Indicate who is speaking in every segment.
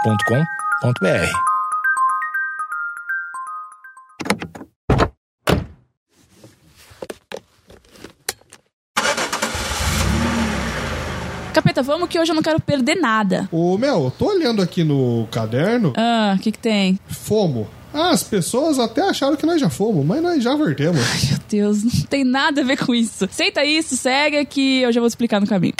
Speaker 1: agenciadepodcast.com.br.
Speaker 2: Capeta, vamos que hoje eu não quero perder nada.
Speaker 3: Ô, Mel, eu tô olhando aqui no caderno.
Speaker 2: Ah, o que que tem?
Speaker 3: Fomo. Ah, as pessoas até acharam que nós já fomos, mas nós já vertemos.
Speaker 2: Meu Deus, não tem nada a ver com isso. Senta isso, segue que eu já vou te explicar no caminho.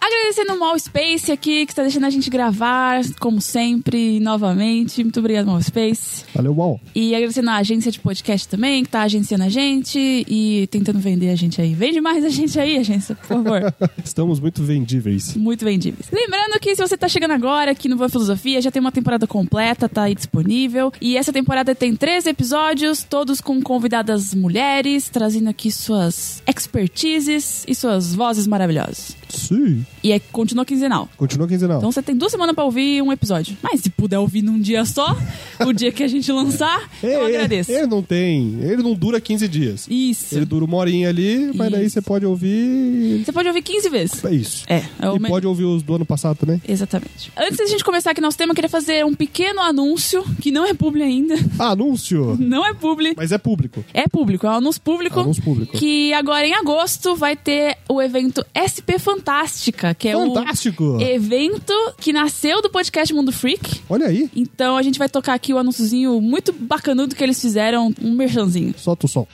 Speaker 2: Agradecendo o Mall Space aqui, que está deixando a gente gravar, como sempre, novamente. Muito obrigado, Mall Space.
Speaker 3: Valeu, bom.
Speaker 2: E agradecendo a agência de podcast também, que tá agenciando a gente e tentando vender a gente aí. Vende mais a gente aí, agência, por favor.
Speaker 3: Estamos muito vendíveis.
Speaker 2: Muito vendíveis. Lembrando que se você tá chegando agora aqui no Boa Filosofia, já tem uma temporada completa, tá aí disponível. E essa temporada tem três episódios, todos com convidadas mulheres, trazendo aqui suas expertises e suas vozes maravilhosas.
Speaker 3: Sim.
Speaker 2: E é, continua quinzenal.
Speaker 3: Continua quinzenal.
Speaker 2: Então você tem duas semanas pra ouvir um episódio. Mas se puder ouvir num dia só, o dia que a gente lançar, eu
Speaker 3: Ele-
Speaker 2: agradeço.
Speaker 3: É, Ele não tem. Ele não dura 15 dias.
Speaker 2: Isso.
Speaker 3: Ele dura uma horinha ali, mas daí
Speaker 2: Isso.
Speaker 3: você pode ouvir.
Speaker 2: Você pode ouvir 15 vezes.
Speaker 3: É isso.
Speaker 2: É, é o
Speaker 3: e
Speaker 2: me-
Speaker 3: pode ouvir os do ano passado né? também.
Speaker 2: Exatamente. Antes da gente começar aqui nosso tema, eu queria fazer um pequeno anúncio, que não é publi ainda.
Speaker 3: Ah, Anúncio!
Speaker 2: Não é publi.
Speaker 3: mas é público.
Speaker 2: É público, é um anúncio público.
Speaker 3: Anúncio público.
Speaker 2: Que agora em agosto vai ter o evento SP Fantástica, que é
Speaker 3: Fantástico!
Speaker 2: o evento que nasceu do podcast Mundo Freak.
Speaker 3: Olha aí.
Speaker 2: Então a gente vai tocar aqui o anúnciozinho muito bacanudo que eles fizeram, um merchanzinho.
Speaker 3: Solta o som.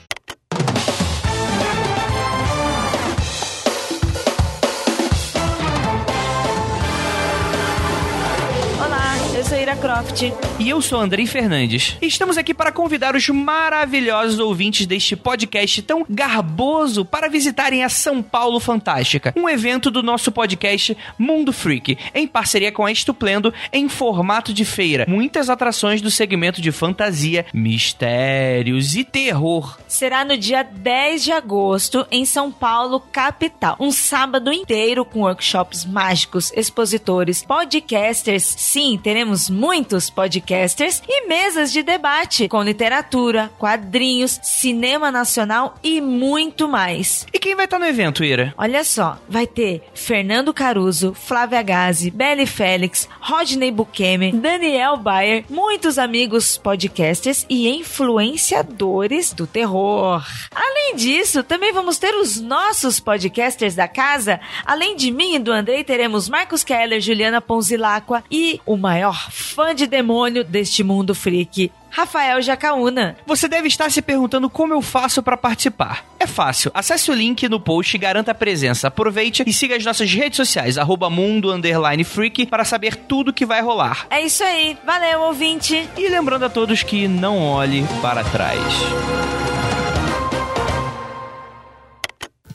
Speaker 4: Olá, eu sou Ira Croft.
Speaker 5: E eu sou Andrei Fernandes. E Estamos aqui para convidar os maravilhosos ouvintes deste podcast tão garboso para visitarem a São Paulo Fantástica, um evento do nosso podcast Mundo Freak, em parceria com a Estuplendo, em formato de feira. Muitas atrações do segmento de fantasia, mistérios e terror.
Speaker 4: Será no dia 10 de agosto em São Paulo, capital. Um sábado inteiro com workshops mágicos, expositores, podcasters. Sim, teremos muitos podcasters e mesas de debate com literatura, quadrinhos, cinema nacional e muito mais.
Speaker 5: E quem vai estar no evento, Ira?
Speaker 4: Olha só, vai ter Fernando Caruso, Flávia Gazi, Belle Félix, Rodney Bukemi, Daniel Bayer, muitos amigos podcasters e influenciadores do terror. Além disso, também vamos ter os nossos podcasters da casa. Além de mim e do Andrei, teremos Marcos Keller, Juliana Ponzilacqua e o maior fã de demônio deste mundo freak, Rafael Jacaúna.
Speaker 5: Você deve estar se perguntando como eu faço para participar. É fácil. Acesse o link no post e garanta a presença. Aproveite e siga as nossas redes sociais, arroba mundo underline freak, para saber tudo que vai rolar.
Speaker 4: É isso aí. Valeu, ouvinte.
Speaker 5: E lembrando a todos que não olhe para trás.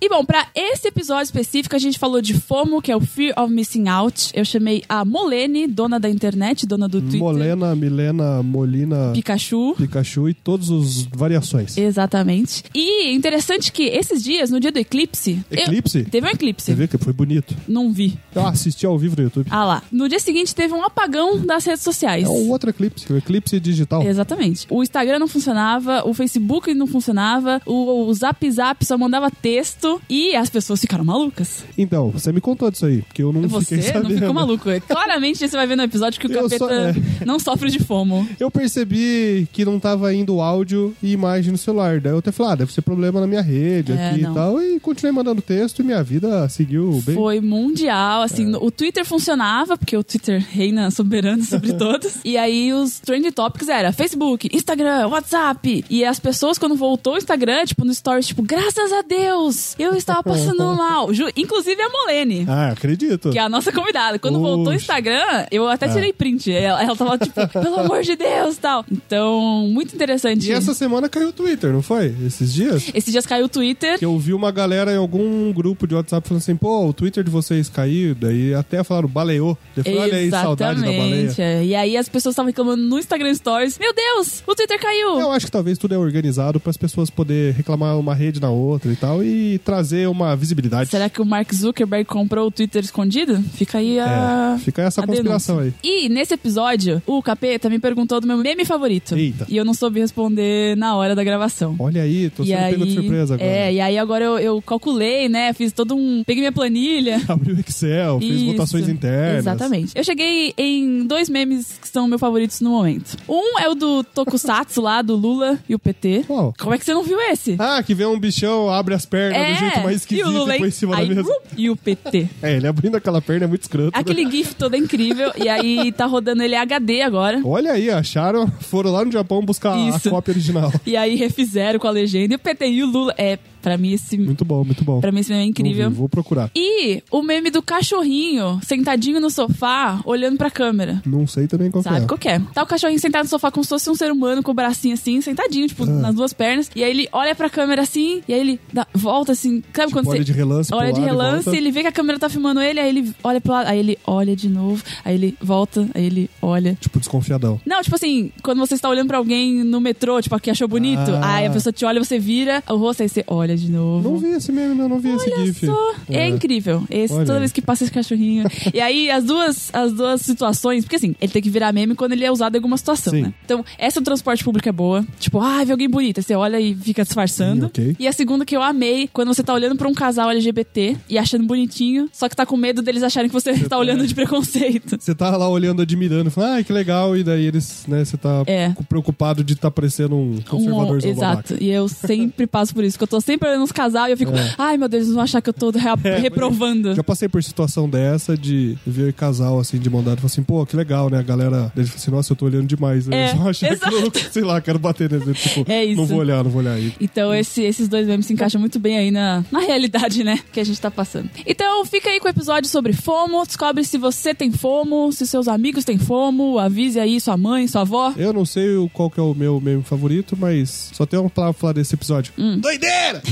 Speaker 2: E bom, pra esse episódio específico, a gente falou de FOMO, que é o Fear of Missing Out. Eu chamei a Molene, dona da internet, dona do Twitter.
Speaker 3: Molena, Milena, Molina,
Speaker 2: Pikachu.
Speaker 3: Pikachu e todas as variações.
Speaker 2: Exatamente. E interessante que esses dias, no dia do eclipse. eu-
Speaker 3: Eclipse?
Speaker 2: Teve um
Speaker 3: Você
Speaker 2: eclipse.
Speaker 3: vê que foi bonito.
Speaker 2: Não vi.
Speaker 3: Eu Tá, assisti ao vivo no YouTube.
Speaker 2: Ah lá. No dia seguinte teve um apagão das redes sociais.
Speaker 3: É um outro eclipse, o eclipse digital.
Speaker 2: Exatamente. O Instagram não funcionava, o Facebook não funcionava, o, o Zap Zap só mandava texto e as pessoas ficaram malucas.
Speaker 3: Então, você me contou disso aí, porque eu não fiquei
Speaker 2: Você
Speaker 3: sabendo.
Speaker 2: não ficou maluco. É, Claramente você vai ver no episódio que o
Speaker 3: Eu
Speaker 2: capeta
Speaker 3: só- é.
Speaker 2: não sofre de fomo.
Speaker 3: Eu percebi que não tava indo áudio e imagem no celular. Daí eu até falei, ah, deve ser problema na minha rede
Speaker 2: É,
Speaker 3: aqui
Speaker 2: não.
Speaker 3: e tal. E continuei mandando texto e minha vida seguiu bem.
Speaker 2: Foi mundial, assim,
Speaker 6: É.
Speaker 2: no- o Twitter funcionava, porque o Twitter reina soberano sobre todos. e aí os trend topics era Facebook, Instagram, WhatsApp. E as pessoas, quando voltou o Instagram, tipo, no stories, tipo, graças a Deus! Eu estava passando mal. Ju- Inclusive a Molene.
Speaker 6: Ah, acredito.
Speaker 2: Que é a nossa convidada. Quando
Speaker 6: Oxe.
Speaker 2: voltou o Instagram, eu até
Speaker 6: É.
Speaker 2: tirei print. Ela, ela tava tipo, pelo amor de Deus tal. Então, muito interessante.
Speaker 6: E essa semana caiu o Twitter, não foi? Esses dias?
Speaker 2: Esses dias caiu o Twitter.
Speaker 6: Que eu vi uma galera em algum grupo de WhatsApp falando assim, pô, o Twitter de vocês caiu, daí até falaram baleou. Eu falei, olha aí, saudade da baleia.
Speaker 2: Exatamente. é. E aí as pessoas estavam reclamando no Instagram Stories. Meu Deus, o Twitter caiu.
Speaker 6: Eu acho que talvez tudo é organizado para as pessoas poderem reclamar uma rede na outra e tal e trazer uma visibilidade.
Speaker 2: Será que o Mark Zuckerberg comprou o Twitter escondido? Fica aí a.
Speaker 6: É, fica essa
Speaker 2: a
Speaker 6: conspiração
Speaker 2: denúncia. E nesse episódio, o Capeta me perguntou do meu meme favorito.
Speaker 6: Eita.
Speaker 2: E eu não soube responder na hora da gravação.
Speaker 6: Olha aí, tô
Speaker 2: e
Speaker 6: sendo
Speaker 2: aí,
Speaker 6: pego de surpresa agora.
Speaker 2: É, e aí agora eu, eu calculei, né? Fiz todo um. Peguei minha planilha.
Speaker 6: Abriu o Excel, fez
Speaker 2: Isso.
Speaker 6: votações internas.
Speaker 2: Exatamente. Eu cheguei em dois memes que são meus favoritos no momento. Um é o do Tokusatsu lá, do Lula e o PT.
Speaker 6: Qual?
Speaker 2: Como é que você não viu esse?
Speaker 6: Ah, que vem um bichão, abre as pernas
Speaker 2: é,
Speaker 6: do jeito mais
Speaker 2: e o
Speaker 6: esquisito
Speaker 2: Lula
Speaker 6: e põe em cima
Speaker 2: aí,
Speaker 6: da mesa.
Speaker 2: rup, e o PT.
Speaker 6: É, ele abrindo aquela perna é muito escroto. né?
Speaker 2: Aquele GIF todo é incrível. e aí tá rodando ele HD agora.
Speaker 6: Olha aí, acharam, foram lá no Japão buscar
Speaker 2: Isso.
Speaker 6: a cópia original.
Speaker 2: E aí refizeram com a legenda. E o PT e o Lula. É, pra mim esse.
Speaker 6: Muito bom, muito bom.
Speaker 2: Pra mim esse meme é incrível.
Speaker 6: Vou, vou procurar.
Speaker 2: E o meme do cachorrinho sentadinho no sofá, olhando pra câmera.
Speaker 6: Não sei também qual que
Speaker 2: Sabe
Speaker 6: é.
Speaker 2: qual que é? Tá o cachorrinho sentado no sofá como se fosse um ser humano com o bracinho assim, sentadinho,
Speaker 6: É.
Speaker 2: tipo, nas duas pernas. E aí ele olha pra câmera assim, e aí ele dá- volta assim. Sabe quando
Speaker 6: Tipo, olha
Speaker 2: você.
Speaker 6: de relance pro
Speaker 2: Olha de
Speaker 6: lado e
Speaker 2: relance,
Speaker 6: volta?
Speaker 2: ele vê que a câmera tá filmando ele, aí ele olha pro lado, aí ele olha de novo, aí ele volta, aí ele olha.
Speaker 6: Tipo, desconfiadão.
Speaker 2: Não, tipo assim, quando você está olhando pra alguém no metrô, tipo, que achou bonito,
Speaker 6: Ah.
Speaker 2: aí a pessoa te olha, você vira o rosto, aí você olha de novo.
Speaker 6: Não vi esse meme, não, não vi esse
Speaker 2: Uhum. Olha
Speaker 6: GIF.
Speaker 2: só, é, incrível. Esse,
Speaker 6: Olha
Speaker 2: toda
Speaker 6: aí.
Speaker 2: vez que passa esse cachorrinho. e aí, as duas, as duas situações, porque assim, ele tem que virar meme quando ele é usado em alguma situação,
Speaker 6: Sim.
Speaker 2: né? Então, essa do transporte público é boa. Tipo, ah, vi alguém bonita. Você olha e fica disfarçando.
Speaker 6: Sim, ok.
Speaker 2: E a segunda que eu amei, quando você tá olhando pra um casal LGBT e achando bonitinho, só que tá com medo deles acharem que você tá
Speaker 6: é.
Speaker 2: olhando de preconceito.
Speaker 6: Você tá lá olhando, admirando, falando, ai, que legal, e daí eles, né, você tá
Speaker 2: É.
Speaker 6: cu- preocupado de tá parecendo um
Speaker 2: Um-
Speaker 6: conservadorzão
Speaker 2: exato. E eu sempre passo por isso, que eu tô sempre olhando uns casal e eu fico,
Speaker 6: É.
Speaker 2: ai meu Deus, eles vão achar que eu tô rea- reprovando.
Speaker 6: Já passei por situação dessa de ver casal assim de mão dada e falar assim, pô, que legal, né? A galera eles falam assim, nossa, eu tô olhando demais. né?
Speaker 2: É,
Speaker 6: Eles vão achar que eu,
Speaker 2: exato.
Speaker 6: sei lá, quero bater nele. Tipo,
Speaker 2: É isso.
Speaker 6: não vou olhar, não vou olhar aí.
Speaker 2: Então esse- esses dois memes se encaixam muito bem aí na, na realidade, né? Que a gente tá passando. Então fica aí com o episódio sobre FOMO. Descobre se você tem FOMO, se seus amigos têm FOMO. Avise aí sua mãe, sua avó.
Speaker 6: Eu não sei o- qual que é o meu meme favorito, mas só tem uma palavra pra falar desse episódio.
Speaker 2: Hum.
Speaker 6: Doideira!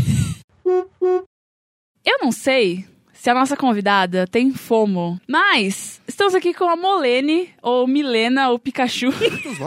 Speaker 2: Eu não sei se a nossa convidada tem FOMO, mas estamos aqui com a Molene, ou Milena, ou Pikachu. Muitos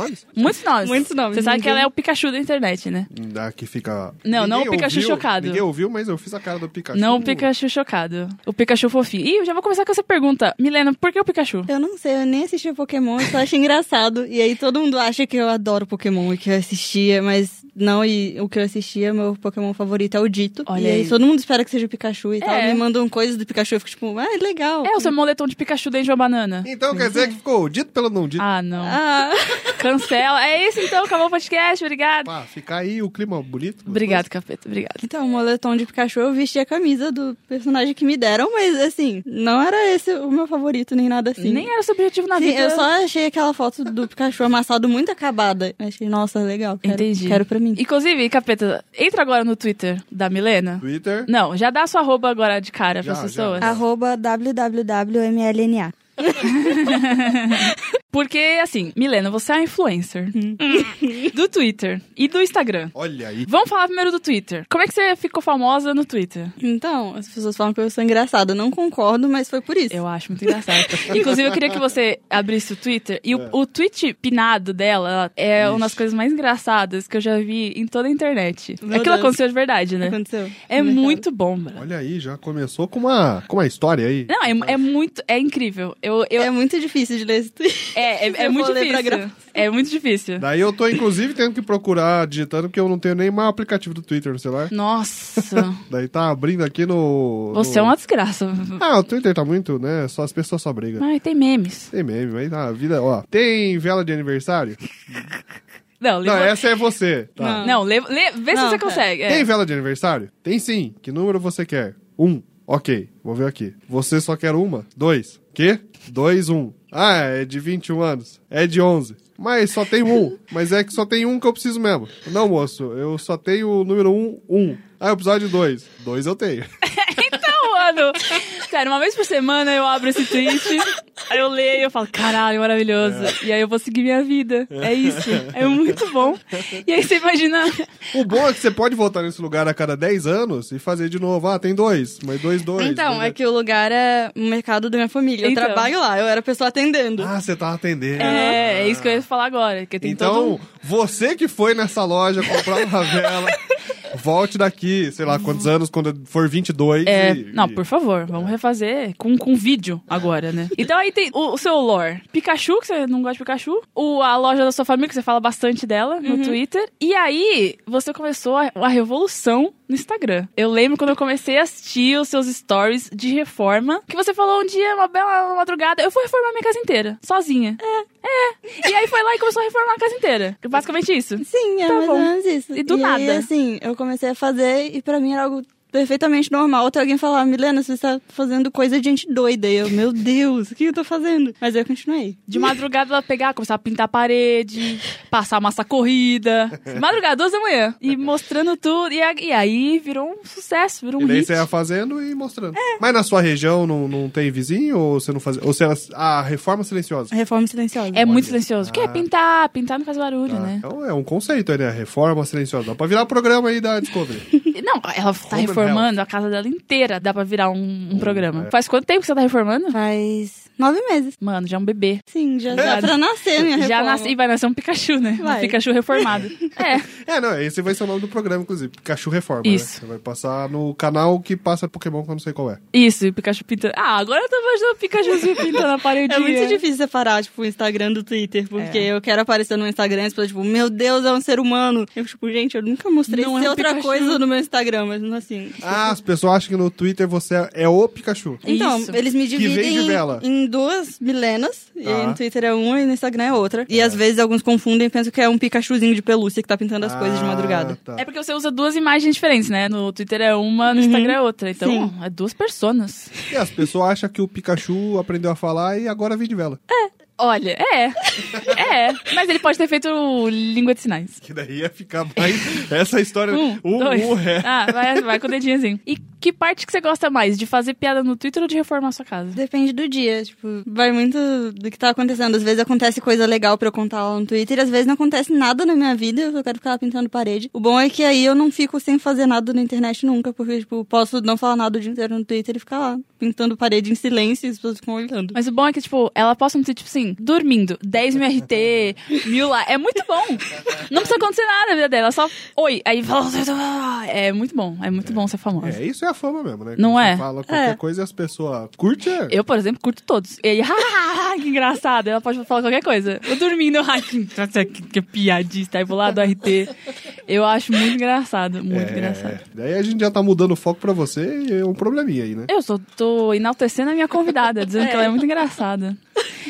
Speaker 2: nomes.
Speaker 7: Muitos nomes,
Speaker 2: Você sabe que
Speaker 7: ninguém-
Speaker 2: ela é o Pikachu da internet, né?
Speaker 3: Ah, que fica.
Speaker 2: Não, não o
Speaker 3: Ninguém
Speaker 2: Pikachu
Speaker 3: ouviu,
Speaker 2: chocado.
Speaker 3: Ninguém ouviu, mas eu fiz a cara do Pikachu.
Speaker 2: Não o Pikachu chocado. O Pikachu fofinho. Ih, eu já vou começar com essa pergunta. Milena, por que o Pikachu?
Speaker 7: Eu não sei, eu nem assisti Pokémon, eu só acho engraçado. E aí todo mundo acha que eu adoro Pokémon e que eu assistia, mas não, e o que eu assistia, meu Pokémon favorito é o Dito.
Speaker 2: Olha
Speaker 7: e aí,
Speaker 2: aí.
Speaker 7: todo mundo espera que seja o Pikachu e tal.
Speaker 2: É.
Speaker 7: Me mandam coisas do Pikachu, eu fico tipo, ah, legal.
Speaker 2: É o seu moletom de Pikachu dentro de uma banana.
Speaker 3: Então quer dizer que ficou dito pelo não dito.
Speaker 2: Ah, não.
Speaker 7: Ah,
Speaker 2: Cancela. É isso então, acabou o podcast. Obrigado.
Speaker 3: Pá, fica aí o clima bonito.
Speaker 2: Obrigado, capeta. Obrigado.
Speaker 7: então, o moletom de Pikachu, eu vesti a camisa do personagem que me deram, mas assim, não era esse o meu favorito, nem nada assim.
Speaker 2: Nem era o seu objetivo na
Speaker 7: Sim,
Speaker 2: vida.
Speaker 7: eu só achei aquela foto do Pikachu amassado muito acabada. Achei, nossa, legal. Quero,
Speaker 2: Entendi.
Speaker 7: Quero pra mim.
Speaker 2: Inclusive, capeta, entra agora no Twitter da Milena.
Speaker 3: Twitter.
Speaker 2: Não, já dá a sua arroba agora de cara
Speaker 3: Já,
Speaker 2: pras
Speaker 3: já.
Speaker 2: pessoas.
Speaker 7: Arroba www.mlna.
Speaker 2: Porque, assim, Milena, você é a influencer
Speaker 7: Uhum.
Speaker 2: do Twitter e do Instagram.
Speaker 3: Olha aí.
Speaker 2: Vamos falar primeiro do Twitter. Como é que você ficou famosa no Twitter?
Speaker 7: Então, as pessoas falam que eu sou engraçada. Eu Não concordo, mas foi por isso.
Speaker 2: Eu acho muito engraçado. Inclusive, eu queria que você abrisse o Twitter. E
Speaker 3: É.
Speaker 2: o, o tweet pinado dela ela é uma das coisas mais engraçadas que eu já vi em toda a internet. É
Speaker 7: Meu
Speaker 2: Aquilo
Speaker 7: Deus.
Speaker 2: aconteceu de verdade, né?
Speaker 7: Aconteceu.
Speaker 2: É
Speaker 7: No mercado.
Speaker 2: muito bom, mano.
Speaker 3: Olha aí, já começou com uma, com uma história aí.
Speaker 2: Não, é, é muito. É incrível. Eu, eu,
Speaker 7: É muito difícil de ler esse tweet.
Speaker 2: é, é, é
Speaker 7: eu
Speaker 2: muito
Speaker 7: vou ler pra
Speaker 2: difícil.
Speaker 7: graça.
Speaker 2: É muito difícil.
Speaker 3: Daí eu tô, inclusive, tendo que procurar digitando, porque eu não tenho nem mais aplicativo do Twitter no celular.
Speaker 2: Nossa.
Speaker 3: Daí tá abrindo aqui no.
Speaker 2: Você é
Speaker 3: no-
Speaker 2: uma desgraça.
Speaker 3: Ah, o Twitter tá muito, né? Só as pessoas só brigam.
Speaker 2: Ai, tem memes.
Speaker 3: Tem meme, mas a vida, ó. Tem vela de aniversário?
Speaker 2: Não,
Speaker 3: Não,
Speaker 2: leva-
Speaker 3: essa é você. Tá.
Speaker 7: Não.
Speaker 2: não, leva- le- vê se
Speaker 7: Não,
Speaker 2: você
Speaker 7: cara.
Speaker 2: consegue. é.
Speaker 3: Tem vela de aniversário? Tem sim. Que número você quer? Um. Ok, vou ver aqui. Você só quer uma? Dois. Quê? Dois, um. Ah, é de 21 anos. É de 11. Mas só tem um. Mas é que só tem um que eu preciso mesmo. Não, moço, eu só tenho o número um, um. Ah, o episódio dois. Dois eu tenho.
Speaker 2: Então, mano. Sério, uma vez por semana eu abro esse tweet, aí eu leio, eu falo, caralho, maravilhoso. E aí eu vou seguir minha vida. É isso. É muito bom. E aí você imagina.
Speaker 3: O bom é que você pode voltar nesse lugar a cada 10 anos e fazer de novo. Ah, tem dois, mas dois, dois.
Speaker 7: Então,
Speaker 3: dois,
Speaker 7: é que o lugar é o mercado da minha família. Eu
Speaker 2: Então.
Speaker 7: trabalho lá, eu era pessoa atendendo.
Speaker 3: Ah, você tá atendendo.
Speaker 2: É, é isso que eu ia falar agora. Que tem todo
Speaker 3: Então,
Speaker 2: um-
Speaker 3: você que foi nessa loja comprar uma vela, volte daqui, sei lá, quantos anos, quando for 22.
Speaker 2: É,
Speaker 3: e,
Speaker 2: não,
Speaker 3: e-
Speaker 2: por favor, vamos refazer com, com vídeo agora, né? Então aí tem o, o seu lore. Pikachu, que você não gosta de Pikachu. O, a loja da sua família, que você fala bastante dela no Twitter. E aí, você começou a, a revolução no Instagram. Eu lembro quando eu comecei a assistir os seus stories de reforma, que você falou um dia, uma bela madrugada, eu vou reformar minha casa inteira, sozinha. É. É. E aí foi lá e começou a reformar a casa inteira. Basicamente isso.
Speaker 7: Sim, é
Speaker 2: Tá
Speaker 7: mais
Speaker 2: bom.
Speaker 7: ou menos isso.
Speaker 2: E do
Speaker 7: Aí,
Speaker 2: nada?
Speaker 7: assim, eu comecei a fazer e pra mim era algo perfeitamente normal. Até alguém falar, Milena, você está fazendo coisa de gente doida. E eu, meu Deus, o que eu tô fazendo? Mas eu continuei.
Speaker 2: De madrugada ela pegar, começar a pintar a parede, passar massa corrida. Madrugada, 12 da manhã. E mostrando tudo. E, a- e aí virou um sucesso, virou um
Speaker 3: E daí
Speaker 2: hit. É.
Speaker 3: você é ia fazendo e mostrando. Mas na sua região não, não tem vizinho ou você não faz. Ou se elas- a reforma silenciosa.
Speaker 7: Reforma silenciosa.
Speaker 2: É muito silencioso. Porque é pintar, pintar não faz barulho,
Speaker 3: Ah,
Speaker 2: né?
Speaker 3: Então é um conceito aí, né? Reforma silenciosa. Dá pra virar programa aí da Discovery.
Speaker 2: E Não, ela tá
Speaker 3: Home and
Speaker 2: reformando a casa dela inteira. Dá pra virar
Speaker 3: Hum,
Speaker 2: um, um programa.
Speaker 3: é.
Speaker 2: Faz quanto tempo que você tá reformando?
Speaker 7: Faz nove meses.
Speaker 2: Mano, já é um bebê.
Speaker 7: Sim, já
Speaker 2: Verdade.
Speaker 7: dá pra nascer a minha reforma.
Speaker 2: Já nasce, e vai nascer um Pikachu, né? Um
Speaker 7: Vai.
Speaker 2: Pikachu reformado. é.
Speaker 3: é, não, esse vai ser o nome do programa, inclusive. Pikachu Reforma.
Speaker 2: Isso.
Speaker 3: Né? Você vai passar no canal que passa Pokémon, que eu não sei qual é.
Speaker 2: Isso, e o Pikachu pintando. Ah, agora eu tô imaginando o Pikachuzinho pintando a parede.
Speaker 7: É muito difícil separar, tipo, o Instagram do Twitter, porque eu quero aparecer no Instagram e as pessoas, tipo, meu Deus, é um ser humano. Eu, tipo, gente, eu nunca mostrei
Speaker 2: Não é
Speaker 7: isso
Speaker 2: um
Speaker 7: é outra
Speaker 2: Pikachu.
Speaker 7: coisa no meu Instagram, mas não assim.
Speaker 3: Ah, as pessoas acham que no Twitter você é- é o Pikachu.
Speaker 7: Então,
Speaker 2: Isso.
Speaker 7: eles me
Speaker 3: vende
Speaker 7: dividem em-
Speaker 3: vela.
Speaker 7: em duas milenas. E
Speaker 3: Tá.
Speaker 7: aí no Twitter é uma e no Instagram é outra. E às vezes alguns confundem e pensam que é um Pikachuzinho de pelúcia que tá pintando as coisas de
Speaker 3: Ah,
Speaker 7: madrugada.
Speaker 3: tá.
Speaker 2: É porque você usa duas imagens diferentes, né? No Twitter é uma, no Instagram é outra. Então, é duas personas.
Speaker 3: E as pessoas acham que o Pikachu aprendeu a falar e agora vende vela.
Speaker 2: Olha, é. é. Mas ele pode ter feito língua de sinais.
Speaker 3: Que daí ia ficar mais. Essa história.
Speaker 2: Um, dois.
Speaker 3: é.
Speaker 2: Ah, vai, vai com o dedinho assim. E que parte que você gosta mais? De fazer piada no Twitter ou de reformar a sua casa?
Speaker 7: Depende do dia, tipo, vai muito do que tá acontecendo. Às vezes acontece coisa legal pra eu contar lá no Twitter, às vezes não acontece nada na minha vida, eu só quero ficar lá pintando parede. O bom é que aí eu não fico sem fazer nada na internet nunca, porque, tipo, posso não falar nada o dia inteiro no Twitter e ficar lá pintando parede em silêncio e as pessoas ficam olhando.
Speaker 2: Mas o bom é que, tipo, ela posta um tweet, tipo assim, dormindo, 10 mil RT, mil lá. É muito bom. Não precisa acontecer nada na vida dela. Só, oi. Aí fala. É muito bom. É muito bom ser famosa.
Speaker 3: É, isso é a fama mesmo, né?
Speaker 2: Não
Speaker 3: Quando
Speaker 2: é?
Speaker 3: Você fala qualquer
Speaker 7: É.
Speaker 3: coisa e as pessoas curtem. é.
Speaker 2: Eu, por exemplo, curto todos. E aí, "Ah, que engraçado. Ela pode falar qualquer coisa. Eu dormindo, ah, que, nossa, que, que piadista. Aí vou lá do RT. Eu acho muito engraçado, muito engraçado.
Speaker 3: É. Daí a gente já tá mudando o foco pra você e é um probleminha aí, né?
Speaker 2: Eu só tô enaltecendo a minha convidada, dizendo que ela é muito engraçada.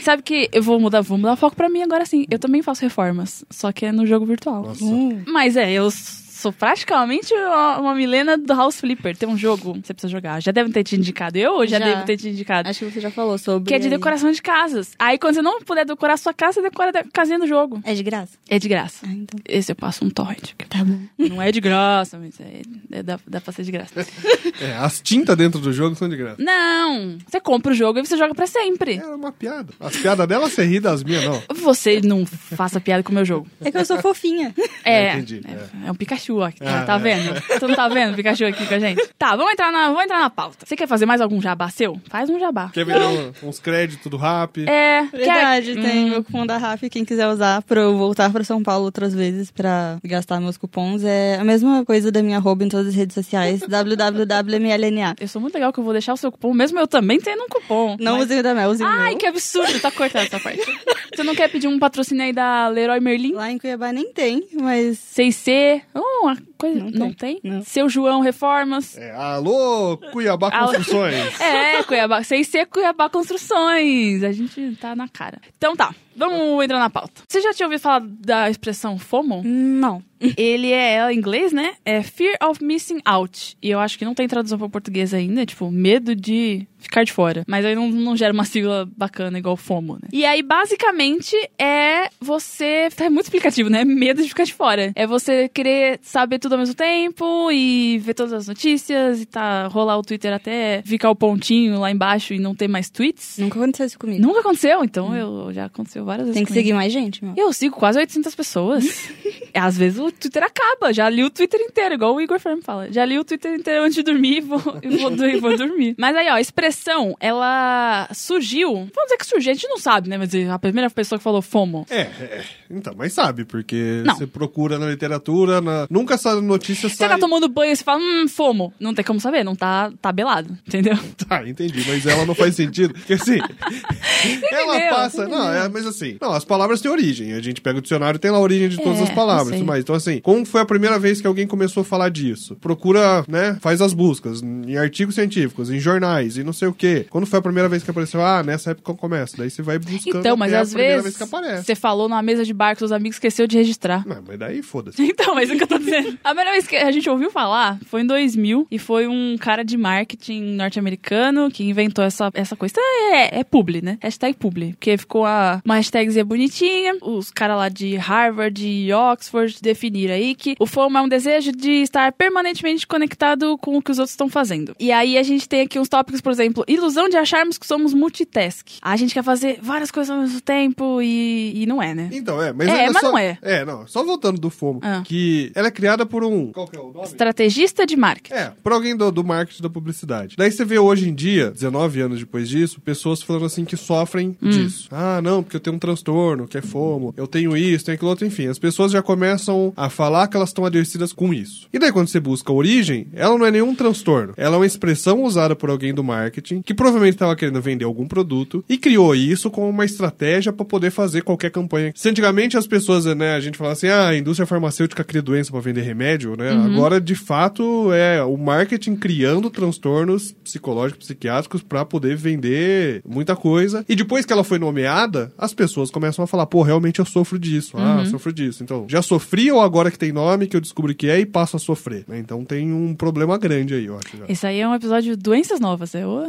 Speaker 2: Sabe que eu vou mudar, vou mudar o foco pra mim agora sim. Eu também faço reformas, só que é no jogo virtual. Hum. Mas é, eu sou praticamente uma, uma Milena do House Flipper. Tem um jogo que você precisa jogar. Já devem ter te indicado. Eu já,
Speaker 7: Já.
Speaker 2: devo ter te indicado.
Speaker 7: Acho que você já falou sobre.
Speaker 2: Que é de
Speaker 7: aí.
Speaker 2: decoração de casas. Aí quando você não puder decorar a sua casa, você decora a casinha do jogo.
Speaker 7: É de graça.
Speaker 2: É de graça.
Speaker 7: Ah, então.
Speaker 2: Esse eu passo um torrent.
Speaker 7: Tá bom.
Speaker 2: Não é de graça, mas é, é- dá, dá pra ser de graça.
Speaker 3: É, as tintas dentro do jogo são de graça.
Speaker 2: Não! Você compra o jogo e você joga pra sempre.
Speaker 3: Era uma piada. As piadas dela você ri das minhas, não.
Speaker 2: Você não faça piada com o meu jogo.
Speaker 7: É que eu sou fofinha.
Speaker 2: É,
Speaker 3: É, entendi,
Speaker 2: é, é um Pikachu aqui, tá,
Speaker 3: Ah,
Speaker 2: tá
Speaker 3: é.
Speaker 2: vendo? Você não tá vendo o Pikachu aqui com a gente? Tá, vamos entrar na, vamos entrar na pauta. Você quer fazer mais algum jabá seu? Faz um jabá.
Speaker 3: Quer ver um- uns créditos do rap?
Speaker 2: É, quer-
Speaker 7: Verdade, tem
Speaker 2: Hum.
Speaker 7: meu cupom da RAF, quem quiser usar pra eu voltar pra São Paulo outras vezes pra gastar meus cupons. É a mesma coisa da minha arroba em todas as redes sociais, www.mlna.
Speaker 2: Eu sou muito legal que eu vou deixar o seu cupom, mesmo eu também tendo um cupom.
Speaker 7: Não
Speaker 2: Mas-
Speaker 7: usem o da Mel, usem o
Speaker 2: Ai,
Speaker 7: meu.
Speaker 2: que absurdo, tá cortando essa parte. Você não quer pedir um patrocínio aí da Leroy Merlin?
Speaker 7: Lá em Cuiabá nem tem, mas...
Speaker 2: 6C, uma coisa?
Speaker 7: Não
Speaker 2: Não
Speaker 7: tem.
Speaker 2: tem.
Speaker 7: Não.
Speaker 2: Seu João Reformas.
Speaker 3: É, alô, Cuiabá
Speaker 2: Alô.
Speaker 3: Construções.
Speaker 2: É, Cuiabá. Sem ser Cuiabá Construções. A gente tá na cara. Então tá, vamos entrar na pauta. Você já tinha ouvido falar da expressão FOMO?
Speaker 7: Não.
Speaker 2: Ele é em inglês, né? É Fear of Missing Out. E eu acho que não tem tradução para português ainda, tipo, medo de ficar de fora. Mas aí não, não gera uma sigla bacana igual FOMO, né? E aí, basicamente, é você. É muito explicativo, né? Medo de ficar de fora. É você querer saber tudo ao mesmo tempo e ver todas as notícias e tá rolar o Twitter até ficar o pontinho lá embaixo e não ter mais tweets.
Speaker 7: Nunca aconteceu isso comigo.
Speaker 2: Nunca aconteceu, então eu já aconteceu várias vezes.
Speaker 7: Hum. Tem que
Speaker 2: comigo.
Speaker 7: seguir mais gente, meu.
Speaker 2: Eu sigo quase 800 pessoas. Às vezes o Twitter acaba, já li o Twitter inteiro, igual o Igor Ferme fala. Já li o Twitter inteiro antes de dormir e vou, e vou, dur- e vou dormir. Mas aí, ó, a expressão, ela surgiu. Vamos dizer que surgiu, a gente não sabe, né? Mas a primeira pessoa que falou FOMO.
Speaker 3: É, é. Então, mas sabe, porque
Speaker 2: Não.
Speaker 3: você procura na literatura, na- nunca essa notícia
Speaker 2: Você
Speaker 3: sai.
Speaker 2: tá tomando banho e você fala, hum, FOMO. Não tem como saber, não tá tabelado, entendeu?
Speaker 3: Tá, entendi, mas ela não faz sentido. Porque assim, ela
Speaker 2: Entendeu?
Speaker 3: passa. Não, é, mas assim, não, as palavras têm origem. A gente pega o dicionário e tem lá a origem de todas
Speaker 2: É,
Speaker 3: as palavras.
Speaker 2: eu sei.
Speaker 3: Mas, então, assim, como foi a primeira vez que alguém começou a falar disso? Procura, né? Faz as buscas em artigos científicos, em jornais, e não sei o quê. Quando foi a primeira vez que apareceu? Ah, nessa época eu começo. Daí você vai buscando.
Speaker 2: Então, mas
Speaker 3: até
Speaker 2: às
Speaker 3: é a primeira
Speaker 2: vezes
Speaker 3: vez que aparece.
Speaker 2: você falou numa mesa de bar que seus amigos esqueceu de registrar.
Speaker 3: Não, mas daí foda-se.
Speaker 2: Então, mas é o que eu tô dizendo. A primeira vez que a gente ouviu falar foi em 2000 e foi um cara de marketing norte-americano que inventou essa, essa coisa. Então, É, é publi, né? Hashtag publi. Porque ficou a, uma hashtagzinha bonitinha. Os caras lá de Harvard e Oxford definiram aí que o FOMO é um desejo de estar permanentemente conectado com o que os outros estão fazendo. E aí a gente tem aqui uns tópicos, por exemplo, ilusão de acharmos que somos multitask. A gente quer fazer várias coisas ao mesmo tempo e, e não é, né?
Speaker 3: Então, é, mas,
Speaker 2: É,
Speaker 3: ela
Speaker 2: mas
Speaker 3: só-
Speaker 2: não é.
Speaker 3: É, não. Só voltando do FOMO,
Speaker 2: Ah.
Speaker 3: que ela é criada por um. Qual que é o nome?
Speaker 2: Estrategista de marketing.
Speaker 3: É, por alguém do, do marketing da publicidade. Daí você vê hoje em dia, 19 anos depois disso, pessoas falando assim que sofrem disso. Ah, não, porque eu tenho um transtorno, que é fomo, eu tenho isso, tenho aquilo outro, enfim. As pessoas já começam a falar que elas estão adoecidas com isso. E daí quando você busca a origem, ela não é nenhum transtorno. Ela é uma expressão usada por alguém do marketing, que provavelmente estava querendo vender algum produto, e criou isso como uma estratégia para poder fazer qualquer campanha. Se antigamente as pessoas, né, a gente falava assim, ah, a indústria farmacêutica cria doença para vender remédio, né?
Speaker 2: Uhum.
Speaker 3: Agora, de fato, é o marketing criando transtornos psicológicos, psiquiátricos para poder vender muita coisa. E depois que ela foi nomeada, as pessoas começam a falar, pô, realmente eu sofro disso.
Speaker 2: Uhum.
Speaker 3: Ah, sofro disso. Então, já sofri ou agora que tem nome, que eu descubro que é e passo a sofrer. né? Então tem um problema grande aí, eu acho. Já.
Speaker 2: Esse aí é um episódio de Doenças Novas. É, o-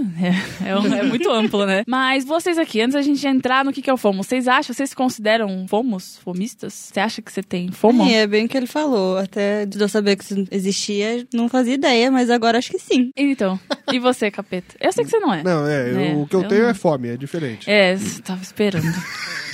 Speaker 2: é, é um- é muito amplo, né? Mas vocês aqui, antes da gente entrar no que que é o FOMO, vocês acham, vocês se consideram FOMOS, FOMistas? Você acha que você tem FOMO?
Speaker 7: É, é bem o que ele falou. Até de eu saber que isso existia, não fazia ideia, mas agora acho que sim.
Speaker 2: Então, e você, capeta? Eu sei que você não é.
Speaker 3: Não, é, eu-
Speaker 2: É,
Speaker 3: o que eu,
Speaker 2: eu
Speaker 3: tenho
Speaker 2: não.
Speaker 3: é fome, é diferente.
Speaker 2: É, você tava esperando.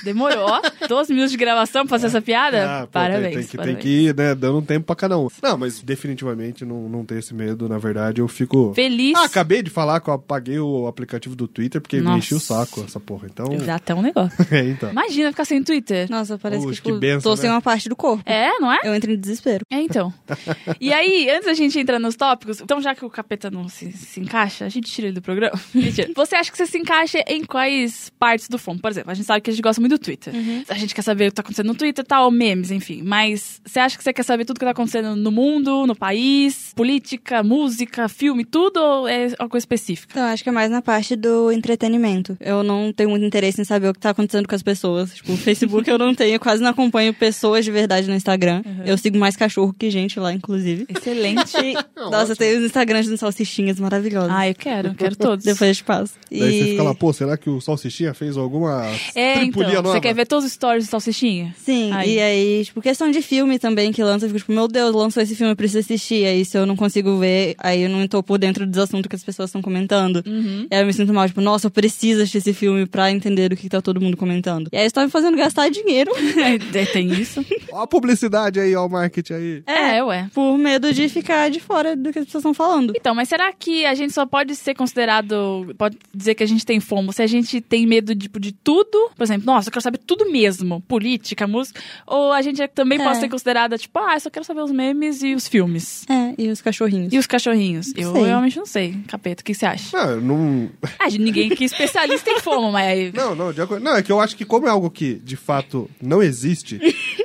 Speaker 2: Demorou, ó. 12 minutos de gravação pra fazer essa piada?
Speaker 3: Ah, pô,
Speaker 2: parabéns,
Speaker 3: tem, tem que, tem
Speaker 2: parabéns.
Speaker 3: que ir, né, dando um tempo pra cada um. Não, mas definitivamente não, não tem esse medo, na verdade, eu fico...
Speaker 2: Feliz.
Speaker 3: Ah, acabei de falar que eu apaguei o aplicativo do Twitter porque me
Speaker 2: Nossa.
Speaker 3: encheu o saco essa porra, então...
Speaker 2: Dá até um negócio.
Speaker 3: é, então.
Speaker 2: Imagina ficar sem Twitter.
Speaker 7: Nossa, parece
Speaker 3: Puxa,
Speaker 7: que, tipo,
Speaker 3: que benção,
Speaker 7: tô sem
Speaker 3: né?
Speaker 7: uma parte do corpo.
Speaker 2: É, não é?
Speaker 7: Eu entro em desespero.
Speaker 2: É, então. E aí, antes da gente entrar nos tópicos, então já que o capeta não se, se encaixa, a gente tira ele do programa. Mentira. Você acha que você se encaixa em quais partes do FOMO? Por exemplo, a gente sabe que a gente gosta muito do Twitter. A gente quer saber o que tá acontecendo no Twitter e tal, memes, enfim. Mas você acha que você quer saber tudo que tá acontecendo no mundo, no país, política, música, filme, tudo ou é uma coisa específica?
Speaker 7: Então, acho que é mais na parte do entretenimento. Eu não tenho muito interesse em saber o que tá acontecendo com as pessoas. Tipo, o Facebook eu não tenho, eu quase não acompanho pessoas de verdade no Instagram. Eu sigo mais cachorro que gente lá, inclusive.
Speaker 2: Excelente.
Speaker 7: Nossa, tem os Instagrams dos salsichinhas maravilhosos.
Speaker 2: ah, eu quero, eu quero todos.
Speaker 7: Depois eu te passo.
Speaker 3: Daí você
Speaker 7: E-
Speaker 3: fica lá, pô, será que o Salsichinha fez alguma
Speaker 2: É, então,
Speaker 3: tripulia nova?
Speaker 2: você quer ver todos os stories do Salsichinha?
Speaker 7: Sim,
Speaker 2: Aí.
Speaker 7: e aí, tipo, questão de filme também que lança, eu fico tipo, meu Deus, lançou esse filme, eu preciso assistir. Aí se eu não consigo ver, aí eu não tô por dentro dos assuntos que as pessoas estão comentando.
Speaker 2: Uhum.
Speaker 7: E aí eu me sinto mal, tipo, nossa, eu preciso assistir esse filme pra entender o que tá todo mundo comentando. E aí isso tá me fazendo gastar dinheiro
Speaker 2: É, Tem isso?
Speaker 3: Ó a publicidade aí, ó o marketing aí.
Speaker 2: É, ué.
Speaker 7: por medo de ficar de fora do que as pessoas estão falando.
Speaker 2: Então, mas será que a gente só pode ser considerado, pode dizer que a gente tem fomo se a gente tem medo tipo de tudo? Por exemplo, nossa, nossa, eu quero saber tudo mesmo. Política, música. Ou a gente também
Speaker 7: É.
Speaker 2: pode ser considerada, tipo, ah, eu só quero saber os memes e os filmes.
Speaker 7: É, e os cachorrinhos.
Speaker 2: E os cachorrinhos? Eu
Speaker 7: sei.
Speaker 2: realmente não sei. Capeta, o que você acha?
Speaker 3: Ah, eu não.
Speaker 2: Ah, de ninguém que é especialista em fome, mas.
Speaker 3: Não, não, de acordo- não, é que eu acho que como é algo que, de fato, não existe,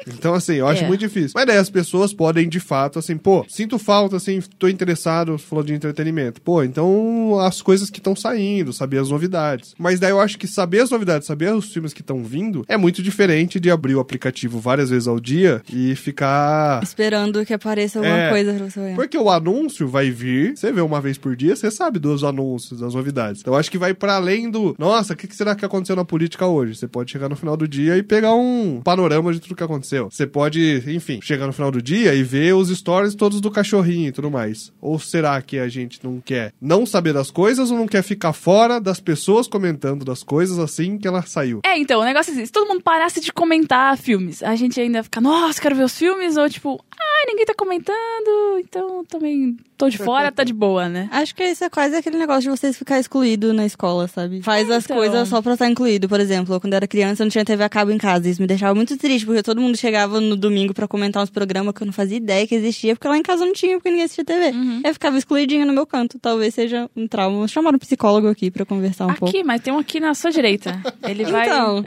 Speaker 3: então, assim, eu acho
Speaker 2: É.
Speaker 3: muito difícil. Mas daí as pessoas podem, de fato, assim, pô, sinto falta, assim, tô interessado, você falou de entretenimento. Pô, então, as coisas que estão saindo, saber as novidades. Mas daí eu acho que saber as novidades, saber os filmes que estão vindo, é muito diferente de abrir o aplicativo várias vezes ao dia e ficar...
Speaker 7: Esperando que apareça alguma
Speaker 3: É.
Speaker 7: coisa pra você olhar.
Speaker 3: Porque o anúncio vai vir, você vê uma vez por dia, você sabe dos anúncios, das novidades. Então eu acho que vai pra além do, nossa, o que, que será que aconteceu na política hoje? Você pode chegar no final do dia e pegar um panorama de tudo que aconteceu. Você pode, enfim, chegar no final do dia e ver os stories todos do cachorrinho e tudo mais. Ou será que a gente não quer não saber das coisas ou não quer ficar fora das pessoas comentando das coisas assim que ela saiu?
Speaker 2: É, então, o negócio é assim: se todo mundo parasse de comentar filmes, a gente ainda ia ficar, nossa, quero ver os filmes, ou tipo, ah, ninguém tá comentando, então também tô de fora, tá de boa, né?
Speaker 7: Acho que isso é quase aquele negócio de vocês ficar excluído na escola, sabe? Faz as
Speaker 2: então.
Speaker 7: coisas só pra estar incluído. Por exemplo, quando eu era criança, eu não tinha TV a cabo em casa. Isso me deixava muito triste, porque todo mundo chegava no domingo pra comentar uns programas que eu não fazia ideia que existia, porque lá em casa não tinha, porque ninguém assistia TV.
Speaker 2: Uhum.
Speaker 7: Eu ficava excluidinha no meu canto. Talvez seja um trauma. Vou chamar um psicólogo aqui pra conversar um
Speaker 2: aqui,
Speaker 7: pouco.
Speaker 2: mas tem um aqui na sua direita. Ele vai.
Speaker 7: Então.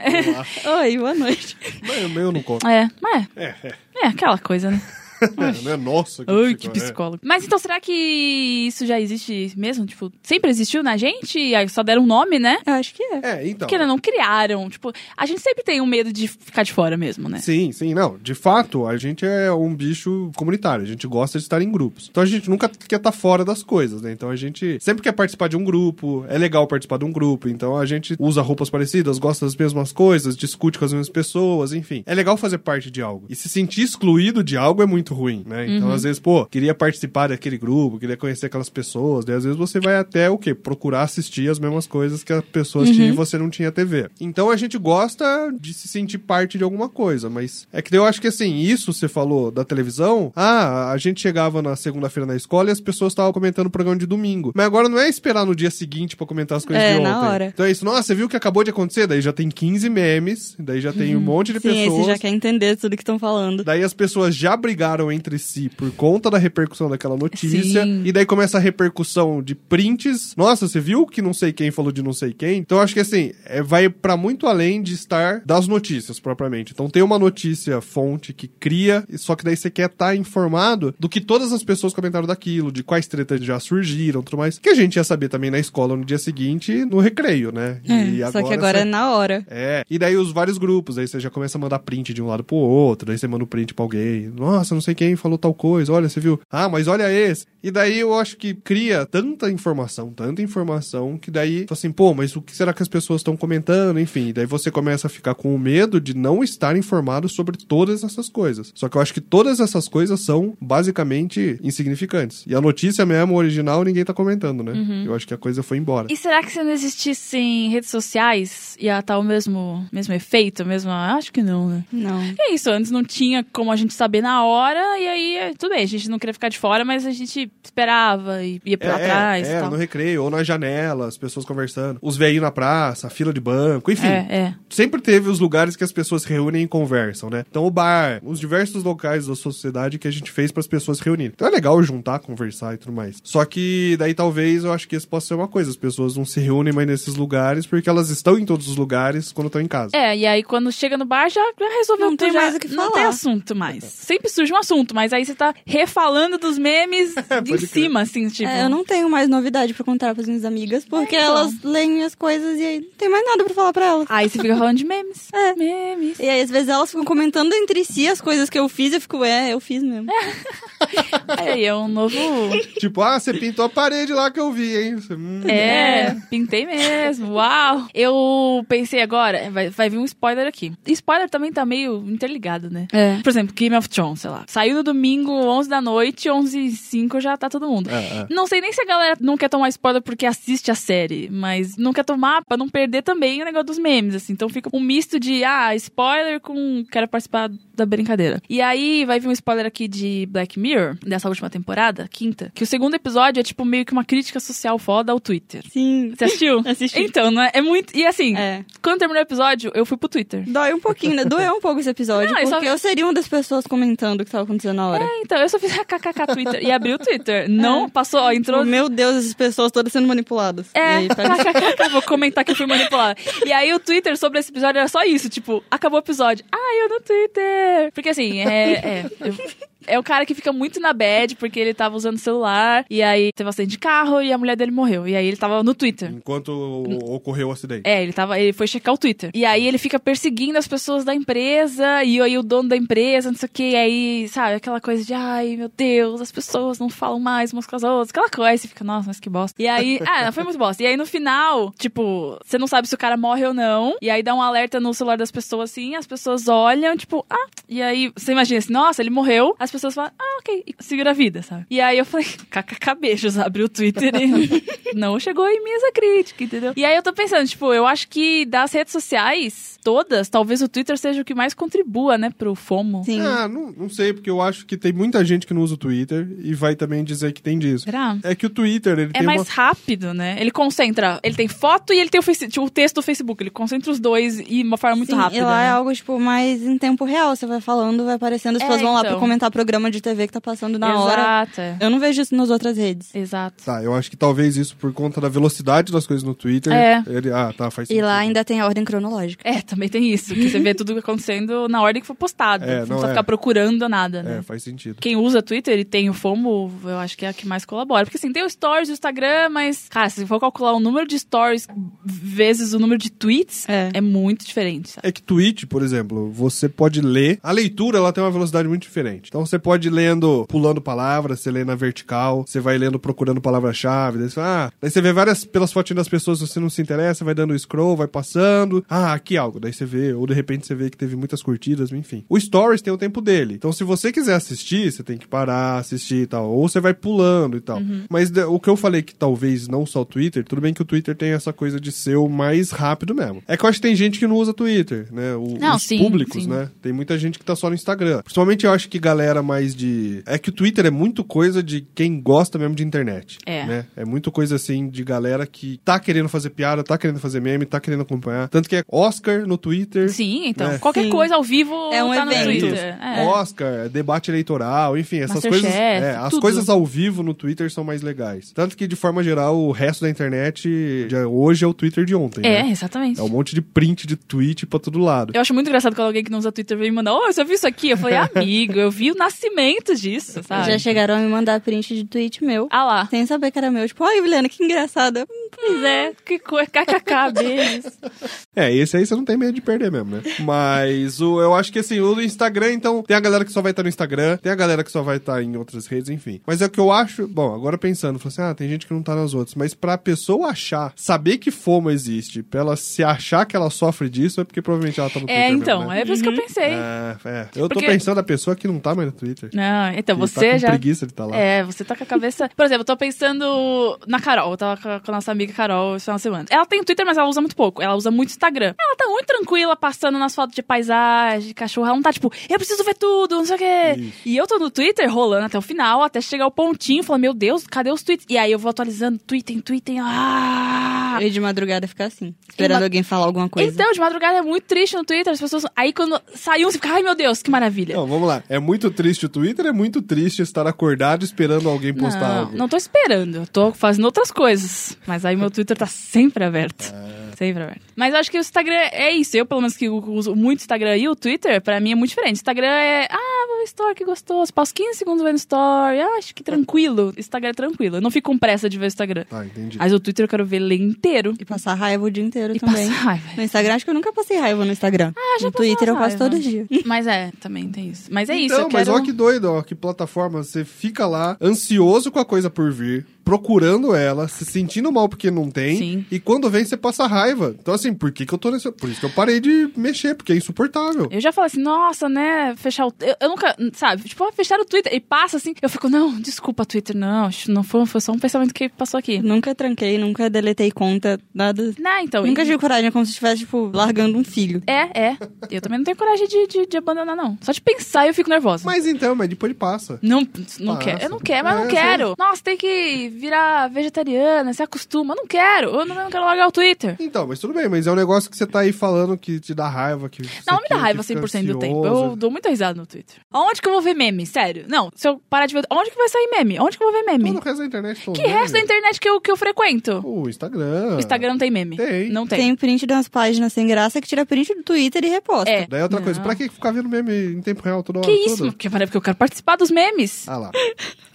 Speaker 7: Oi, boa noite.
Speaker 3: Mas eu- eu não conto.
Speaker 2: É, mas é. É, aquela coisa, né?
Speaker 3: É, não é nossa.
Speaker 2: Ai, que
Speaker 3: psicólogo.
Speaker 2: psicólogo. Mas então, será que isso já existe mesmo? Tipo, sempre existiu na gente? E aí só deram um nome, né?
Speaker 7: Eu acho que é.
Speaker 3: É, então.
Speaker 2: Porque ainda não criaram. Tipo, a gente sempre tem um medo de ficar de fora mesmo, né?
Speaker 3: Sim, sim, não. De fato, a gente é um bicho comunitário, a gente gosta de estar em grupos. Então a gente nunca quer estar fora das coisas, né? Então a gente sempre quer participar de um grupo, é legal participar de um grupo, então a gente usa roupas parecidas, gosta das mesmas coisas, discute com as mesmas pessoas, enfim. É legal fazer parte de algo. E se sentir excluído de algo é muito ruim, né?
Speaker 2: Uhum.
Speaker 3: Então às vezes, pô, queria participar daquele grupo, queria conhecer aquelas pessoas, daí às vezes você vai até o quê? Procurar assistir as mesmas coisas que as pessoas
Speaker 7: Uhum.
Speaker 3: tinham e você não tinha TV. Então a gente gosta de se sentir parte de alguma coisa, mas é que eu acho que assim, isso você falou da televisão, ah, a gente chegava na segunda-feira na escola e as pessoas estavam comentando o programa de domingo. Mas agora não é esperar no dia seguinte pra comentar as coisas
Speaker 7: É,
Speaker 3: de ontem.
Speaker 7: na hora.
Speaker 3: Então é isso, nossa, você viu o que acabou de acontecer? Daí já tem 15 memes, daí já tem um monte de
Speaker 7: Uhum. Sim, aí você
Speaker 3: pessoas.
Speaker 7: já quer entender tudo que é estão falando.
Speaker 3: Daí as pessoas já brigaram entre si por conta da repercussão daquela notícia.
Speaker 2: Sim.
Speaker 3: E daí começa a repercussão de prints. Nossa, você viu que não sei quem falou de não sei quem? Então acho que assim, é, vai pra muito além de estar das notícias propriamente. Então tem uma notícia fonte que cria, e só que daí você quer estar informado do que todas as pessoas comentaram daquilo, de quais tretas já surgiram, tudo mais. Que a gente ia saber também na escola no dia seguinte, no recreio, né?
Speaker 7: É, só que agora
Speaker 3: essa-
Speaker 7: é na hora.
Speaker 3: é. E daí os vários grupos, aí você já começa a mandar print de um lado pro outro, daí você manda um print pra alguém. Nossa, não sei quem falou tal coisa, olha, você viu? Ah, mas olha esse. E daí eu acho que cria tanta informação, tanta informação, que daí, fala assim, pô, mas o que será que as pessoas estão comentando? Enfim, daí você começa a ficar com o medo de não estar informado sobre todas essas coisas. Só que eu acho que todas essas coisas são basicamente insignificantes. E a notícia mesmo, original, ninguém tá comentando, né? Eu acho que a coisa foi embora.
Speaker 2: E será que se não existissem redes sociais, ia estar o mesmo, mesmo efeito? Mesmo... Acho que não, né?
Speaker 7: Não.
Speaker 2: E é isso, antes não tinha como a gente saber na hora, e aí, é, tudo bem, a gente não queria ficar de fora, mas a gente esperava e ia pra trás
Speaker 3: é,
Speaker 2: e tal.
Speaker 3: no recreio, ou na janela, as pessoas conversando, os velhinhos na praça, a fila de banco, enfim.
Speaker 2: É, é.
Speaker 3: Sempre teve os lugares que as pessoas se reúnem e conversam, né? Então o bar, os diversos locais da sociedade que a gente fez para as pessoas se reunirem. Então é legal juntar, conversar e tudo mais. Só que daí talvez eu acho que isso possa ser uma coisa, as pessoas não se reúnem mais nesses lugares porque elas estão em todos os lugares quando estão em casa.
Speaker 2: É, e aí quando chega no bar já, já resolveu
Speaker 7: Não tem
Speaker 2: tudo, já-
Speaker 7: mais o que
Speaker 2: Não
Speaker 7: falar. Tá
Speaker 2: tem assunto mais. Sempre surge um assunto, mas aí você tá refalando dos memes em
Speaker 3: crer.
Speaker 2: cima, assim, tipo.
Speaker 7: É, eu não tenho mais novidade pra contar pras minhas amigas, porque
Speaker 2: É, então.
Speaker 7: elas leem as coisas e aí não tem mais nada pra falar pra elas.
Speaker 2: Aí você fica falando de memes. É. Memes.
Speaker 7: E aí, às vezes, elas ficam comentando entre si as coisas que eu fiz, eu fico, é, eu fiz mesmo.
Speaker 2: Aí é um novo.
Speaker 3: Tipo, ah, você pintou a parede lá que eu vi, hein? Você, hum.
Speaker 2: É, pintei mesmo. Uau! Eu pensei agora, vai, vai vir um spoiler aqui. Spoiler também tá meio interligado, né?
Speaker 7: É.
Speaker 2: Por exemplo, Game of Thrones, sei lá. Saiu no domingo, 11 da noite, 11 e 5 já tá todo mundo.
Speaker 3: É,
Speaker 2: Não sei nem se a galera não quer tomar spoiler porque assiste a série, mas não quer tomar pra não perder também o negócio dos memes, assim. Então fica um misto de, ah, spoiler com quero participar da brincadeira. E aí vai vir um spoiler aqui de Black Mirror. Mirror, dessa última temporada, quinta, que o segundo episódio é tipo meio que uma crítica social foda ao Twitter.
Speaker 7: Sim.
Speaker 2: Você assistiu?
Speaker 7: Assisti.
Speaker 2: Então, não é, é muito. E assim,
Speaker 7: É.
Speaker 2: quando terminou o episódio, eu fui pro Twitter.
Speaker 7: Dói um pouquinho, né? Doeu um pouco esse episódio,
Speaker 2: Não, eu
Speaker 7: porque
Speaker 2: só-
Speaker 7: eu seria uma das pessoas comentando o que tava acontecendo na hora.
Speaker 2: É, então, eu só fiz a kkk Twitter e abri o Twitter. Não, passou, ó, entrou.
Speaker 7: Tipo, Meu Deus, essas pessoas todas sendo manipuladas. E
Speaker 2: É,
Speaker 7: aí, tá faz-
Speaker 2: kkk, vou comentar que eu fui manipulada. E aí o Twitter sobre esse episódio era só isso, tipo, acabou o episódio. Ah, eu no Twitter! Porque assim, é. É, eu- é o cara que fica muito na bad porque ele tava usando celular e aí teve um acidente de carro e a mulher dele morreu. E aí ele tava no Twitter.
Speaker 3: Enquanto
Speaker 2: Hum.
Speaker 3: o- ocorreu o acidente.
Speaker 2: É, ele tava, ele foi checar o Twitter. E aí ele fica perseguindo as pessoas da empresa, e aí o dono da empresa, não sei o que, e aí, sabe, aquela coisa de, ai, meu Deus, as pessoas não falam mais umas com as outras, aquela coisa, aí você fica, nossa, mas que bosta. E aí, ah, foi muito bosta. E aí no final, tipo, você não sabe se o cara morre ou não, e aí dá um alerta no celular das pessoas assim, as pessoas olham, tipo, ah, e aí você imagina assim, nossa, ele morreu, as pessoas falam, ah, ok, e seguiram a vida, sabe? E aí eu falei, kkk, beijos, abri o Twitter e não chegou em mim essa crítica, entendeu? E aí eu tô pensando, tipo, eu acho que das redes sociais todas, talvez o Twitter seja o que mais contribua, né, pro FOMO.
Speaker 7: Sim.
Speaker 3: Ah, não, não sei, porque eu acho que tem muita gente que não usa o Twitter e vai também dizer que tem disso.
Speaker 2: Será?
Speaker 3: É que o Twitter, ele
Speaker 2: É
Speaker 3: tem
Speaker 2: mais
Speaker 3: uma...
Speaker 2: rápido, né? Ele concentra. Ele tem foto e ele tem o, face- tipo, o texto do Facebook. Ele concentra os dois e uma forma muito
Speaker 7: Sim,
Speaker 2: rápida.
Speaker 7: E lá
Speaker 2: né?
Speaker 7: é algo, tipo, mais em tempo real. Você vai falando, vai aparecendo, as
Speaker 2: É,
Speaker 7: pessoas vão lá
Speaker 2: então.
Speaker 7: pra comentar programa de TV que tá passando na hora.
Speaker 2: Exato, é.
Speaker 7: Eu não vejo isso nas outras redes.
Speaker 2: Exato.
Speaker 3: Tá, eu acho que talvez isso por conta da velocidade das coisas no Twitter.
Speaker 2: É.
Speaker 3: Ele... Ah, tá, faz
Speaker 7: E
Speaker 3: sentido.
Speaker 7: lá ainda tem a ordem cronológica.
Speaker 2: É, também tem isso. Que você vê tudo acontecendo na ordem que foi postado. não
Speaker 3: É, não
Speaker 2: precisa
Speaker 3: é.
Speaker 2: ficar procurando nada, né?
Speaker 3: É, faz sentido.
Speaker 2: Quem usa Twitter e tem o FOMO, eu acho que é a que mais colabora. Porque assim, tem o Stories, o Instagram, mas, cara, se for calcular o número de Stories vezes o número de tweets, é,
Speaker 7: É.
Speaker 2: muito diferente, sabe?
Speaker 3: É que tweet, por exemplo, você pode ler. A leitura ela tem uma velocidade muito diferente. Então você pode ir lendo, pulando palavras, você lê na vertical, você vai lendo procurando palavra-chave, daí você, fala, ah, daí você vê várias pelas fotinhas das pessoas que você não se interessa, vai dando scroll, vai passando. Ah, aqui algo. Daí você vê, ou de repente você vê que teve muitas curtidas, enfim. O stories tem o tempo dele. Então se você quiser assistir, você tem que parar, assistir e tal, ou você vai pulando e tal.
Speaker 2: Uhum.
Speaker 3: Mas de- o que eu falei que talvez não só o Twitter, tudo bem que o Twitter tem essa coisa de ser o mais rápido mesmo. É que eu acho que tem gente que não usa Twitter, né? O-
Speaker 2: Não,
Speaker 3: os
Speaker 2: sim,
Speaker 3: públicos,
Speaker 2: sim.
Speaker 3: né? né? Tem muita gente que tá só no Instagram. Principalmente eu acho que galera mais de. É que o Twitter é muito coisa de quem gosta mesmo de internet.
Speaker 2: É.
Speaker 3: Né? É muito coisa assim de galera que tá querendo fazer piada, tá querendo fazer meme, tá querendo acompanhar. Tanto que é Oscar no Twitter.
Speaker 2: Sim, então.
Speaker 3: É.
Speaker 2: Qualquer
Speaker 7: Sim.
Speaker 2: coisa ao vivo
Speaker 7: É um
Speaker 2: tá no
Speaker 7: evento.
Speaker 2: Twitter.
Speaker 3: Isso.
Speaker 2: É.
Speaker 3: Oscar, debate eleitoral, enfim, essas
Speaker 2: Masterchef,
Speaker 3: coisas. é, as
Speaker 2: tudo.
Speaker 3: coisas ao vivo no Twitter são mais legais. Tanto que, de forma geral, o resto da internet já- hoje é o Twitter de ontem.
Speaker 2: É,
Speaker 3: né?
Speaker 2: exatamente.
Speaker 3: É um monte de print de tweet pra todo lado.
Speaker 2: Eu acho muito engraçado quando alguém que não usa Twitter vem me mandar, oh, você viu isso aqui? Eu falei, amigo, eu vi o nascimento disso, sabe?
Speaker 7: Já chegaram a me mandar print de tweet
Speaker 2: Tá,
Speaker 7: meu.
Speaker 2: então. Ah lá.
Speaker 7: Sem saber que era meu. Tipo, ai, Juliana, que engraçada.
Speaker 2: Pois é, que coisa, kkk, beijos.
Speaker 3: É, esse aí você não tem medo de perder mesmo, né? Mas o, eu acho que assim, o Instagram, então, tem a galera que só vai estar no Instagram, tem a galera que só vai estar em outras redes, enfim. Mas é o que eu acho. Bom, agora pensando, falei assim, ah, tem gente que não tá nas outras. Mas pra pessoa achar, saber que FOMO existe, pra ela se achar que ela sofre disso, é porque provavelmente ela tá no Twitter.
Speaker 2: É,
Speaker 3: mesmo,
Speaker 2: então,
Speaker 3: né?
Speaker 2: é por isso que
Speaker 7: Uhum.
Speaker 2: eu pensei.
Speaker 3: É, é. Eu
Speaker 2: Porque-
Speaker 3: tô pensando a pessoa que não tá mais no Twitter.
Speaker 2: Não, então
Speaker 3: que
Speaker 2: você
Speaker 3: tá com
Speaker 2: já.
Speaker 3: preguiça de estar lá.
Speaker 2: É, você tá com a cabeça. Por exemplo, eu tô pensando na Carol. Eu tava com a- com a nossa amiga Carol esse final de semana. Ela tem Twitter, mas ela usa muito pouco. Ela usa muito Instagram. Ela tá muito tranquila passando nas fotos de paisagem, cachorro. Ela não tá tipo, eu preciso ver tudo, não sei o quê. E eu tô no Twitter rolando até o final, até chegar o pontinho, falando, meu Deus, cadê os tweets? E aí eu vou atualizando, Twitter, Twitter. Ah!
Speaker 7: Eu de madrugada ficar assim, esperando
Speaker 2: ma-
Speaker 7: alguém falar alguma coisa.
Speaker 2: Então, de madrugada é muito triste no Twitter. As pessoas. Aí quando saiu, você fica, ai meu Deus, que maravilha.
Speaker 3: Não, vamos lá. É muito triste o Twitter, é muito triste estar acordado esperando alguém postar
Speaker 2: não,
Speaker 3: algo.
Speaker 2: Não tô esperando, eu tô fazendo outras coisas. Mas aí meu Twitter tá sempre aberto.
Speaker 3: É.
Speaker 2: Sempre aberto. Mas eu acho que o Instagram é isso. Eu, pelo menos, que uso muito o Instagram e o Twitter, pra mim é muito diferente. Instagram é, ah, vou no story, que gostoso. Passo 15 segundos vendo story. Ah, acho que tranquilo. Instagram é tranquilo. Eu não fico com pressa de ver o Instagram.
Speaker 3: Tá, entendi.
Speaker 2: Mas o Twitter eu quero ver ler inteiro.
Speaker 7: E passar raiva o dia inteiro
Speaker 2: E
Speaker 7: também.
Speaker 2: passar raiva.
Speaker 7: No Instagram, acho que eu nunca passei raiva no Instagram. Ah,
Speaker 2: já
Speaker 7: No Twitter eu
Speaker 2: passava
Speaker 7: passo
Speaker 2: raiva.
Speaker 7: todo dia.
Speaker 2: Mas é, também tem isso. Mas é isso.
Speaker 3: Então,
Speaker 2: eu
Speaker 3: mas
Speaker 2: quero...
Speaker 3: olha que doido, ó, que plataforma. Você fica lá, ansioso com a coisa por vir, procurando ela, se sentindo mal porque não tem.
Speaker 2: Sim.
Speaker 3: E quando vem, você passa raiva. Então, assim, por que, que eu tô nessa. Por isso que eu parei de mexer, porque é insuportável.
Speaker 2: Eu já falo assim, nossa, né? Fechar o. Eu, eu nunca. Sabe? Tipo, ah, fechar o Twitter. E passa assim. Eu fico, não, desculpa, Twitter. Não, não foi, foi só um pensamento que passou aqui.
Speaker 7: Nunca tranquei, nunca deletei conta, nada.
Speaker 2: Não, então.
Speaker 7: Nunca
Speaker 2: e-
Speaker 7: tive coragem, é como se estivesse, tipo, largando um filho.
Speaker 2: É, é. Eu também não tenho coragem de, de, de abandonar, não. Só de pensar eu fico nervosa.
Speaker 3: Mas então, mas depois passa.
Speaker 2: Não, não
Speaker 3: Passa.
Speaker 2: quero. Eu não quero, mas
Speaker 3: É,
Speaker 2: não
Speaker 3: sim.
Speaker 2: quero. Nossa, tem que virar vegetariana, se acostuma. Eu não quero. Eu não, eu não quero largar o Twitter.
Speaker 3: Então, mas tudo bem, mas é um negócio que você tá aí falando que te dá raiva. Que isso
Speaker 2: Não, me dá
Speaker 3: aqui,
Speaker 2: raiva
Speaker 3: que fica
Speaker 2: 100% do tempo.
Speaker 3: ansioso.
Speaker 2: Eu dou muita risada no Twitter. Onde que eu vou ver meme? Sério. Não, se eu parar de ver... Onde que vai sair meme? Onde que eu vou ver
Speaker 3: Todo
Speaker 2: meme?
Speaker 3: o resto da internet todo.
Speaker 2: Que resto da internet que eu, que eu frequento?
Speaker 3: O Instagram.
Speaker 2: O Instagram tem meme.
Speaker 3: Ah, Tem.
Speaker 2: Não tem.
Speaker 7: Tem print de umas páginas sem graça que tira print do Twitter e reposta.
Speaker 2: É.
Speaker 3: Daí outra
Speaker 2: Não.
Speaker 3: coisa, pra que ficar vendo meme em tempo real toda hora?
Speaker 2: Que isso?
Speaker 3: toda?
Speaker 2: Que parece que eu quero participar dos memes.
Speaker 3: Ah lá.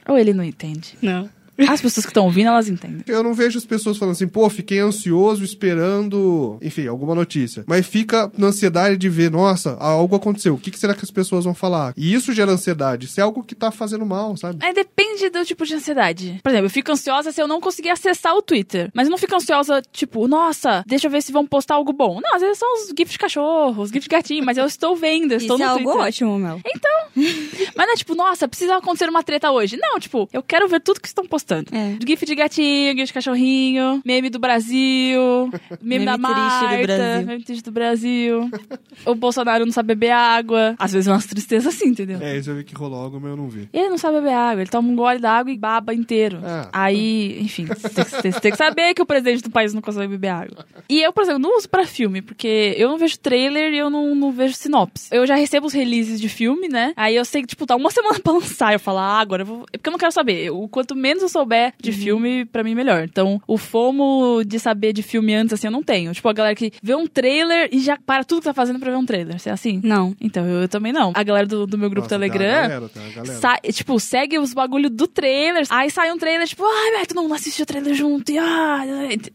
Speaker 2: Ou ele não entende?
Speaker 7: Não.
Speaker 2: As pessoas que estão ouvindo, elas entendem.
Speaker 3: Eu não vejo as pessoas falando assim, pô, fiquei ansioso esperando, enfim, alguma notícia. Mas fica na ansiedade de ver, nossa, algo aconteceu, o que que será que as pessoas vão falar? E isso gera ansiedade, isso é algo que tá fazendo mal, sabe?
Speaker 2: É, depende do tipo de ansiedade. Por exemplo, eu fico ansiosa se eu não conseguir acessar o Twitter. Mas eu não fico ansiosa, tipo, nossa, deixa eu ver se vão postar algo bom. Não, às vezes são os gifs de cachorro, os gifs de gatinho, mas eu estou vendo, eu estou
Speaker 7: Isso é
Speaker 2: no
Speaker 7: algo
Speaker 2: Twitter.
Speaker 7: ótimo, Mel.
Speaker 2: Mas não é tipo, nossa, precisa acontecer uma treta hoje. Não, tipo, eu quero ver tudo que estão postando.
Speaker 7: É.
Speaker 2: GIF de gatinho, GIF de cachorrinho, meme do Brasil, meme,
Speaker 7: Meme
Speaker 2: da
Speaker 7: triste
Speaker 2: Marta,
Speaker 7: do Brasil.
Speaker 2: meme triste do Brasil. o Bolsonaro não sabe beber água. Às vezes é umas tristezas assim, entendeu?
Speaker 3: É, isso eu vi que rolou algo, mas eu não vi.
Speaker 2: Ele não sabe beber água, ele toma um gole da água e baba inteiro.
Speaker 3: Ah.
Speaker 2: Aí, enfim, você tem, que- você tem que saber que o presidente do país não consegue beber água. E eu, por exemplo, não uso pra filme, porque eu não vejo trailer e eu não, não vejo sinopse. Eu já recebo os releases de filme, né? Aí eu sei que, tipo, tá uma semana pra lançar. Eu falo, ah, agora eu vou. é Porque eu não quero saber. Eu- O quanto menos eu souber
Speaker 3: Uhum.
Speaker 2: de filme, pra mim, melhor. Então, o fomo de saber de filme antes, assim, eu não tenho. Tipo, a galera que vê um trailer e já para tudo que tá fazendo pra ver um trailer. Você é assim?
Speaker 7: Não.
Speaker 2: Então, eu, eu também não. A galera do, do meu grupo
Speaker 3: Uhum. Nossa, tem uma
Speaker 2: Telegram.
Speaker 3: galera, tem uma galera.
Speaker 2: Sai- tipo, segue os bagulho do trailer. Aí sai um trailer, tipo, ai, mas tu não assistiu o trailer junto. E ah,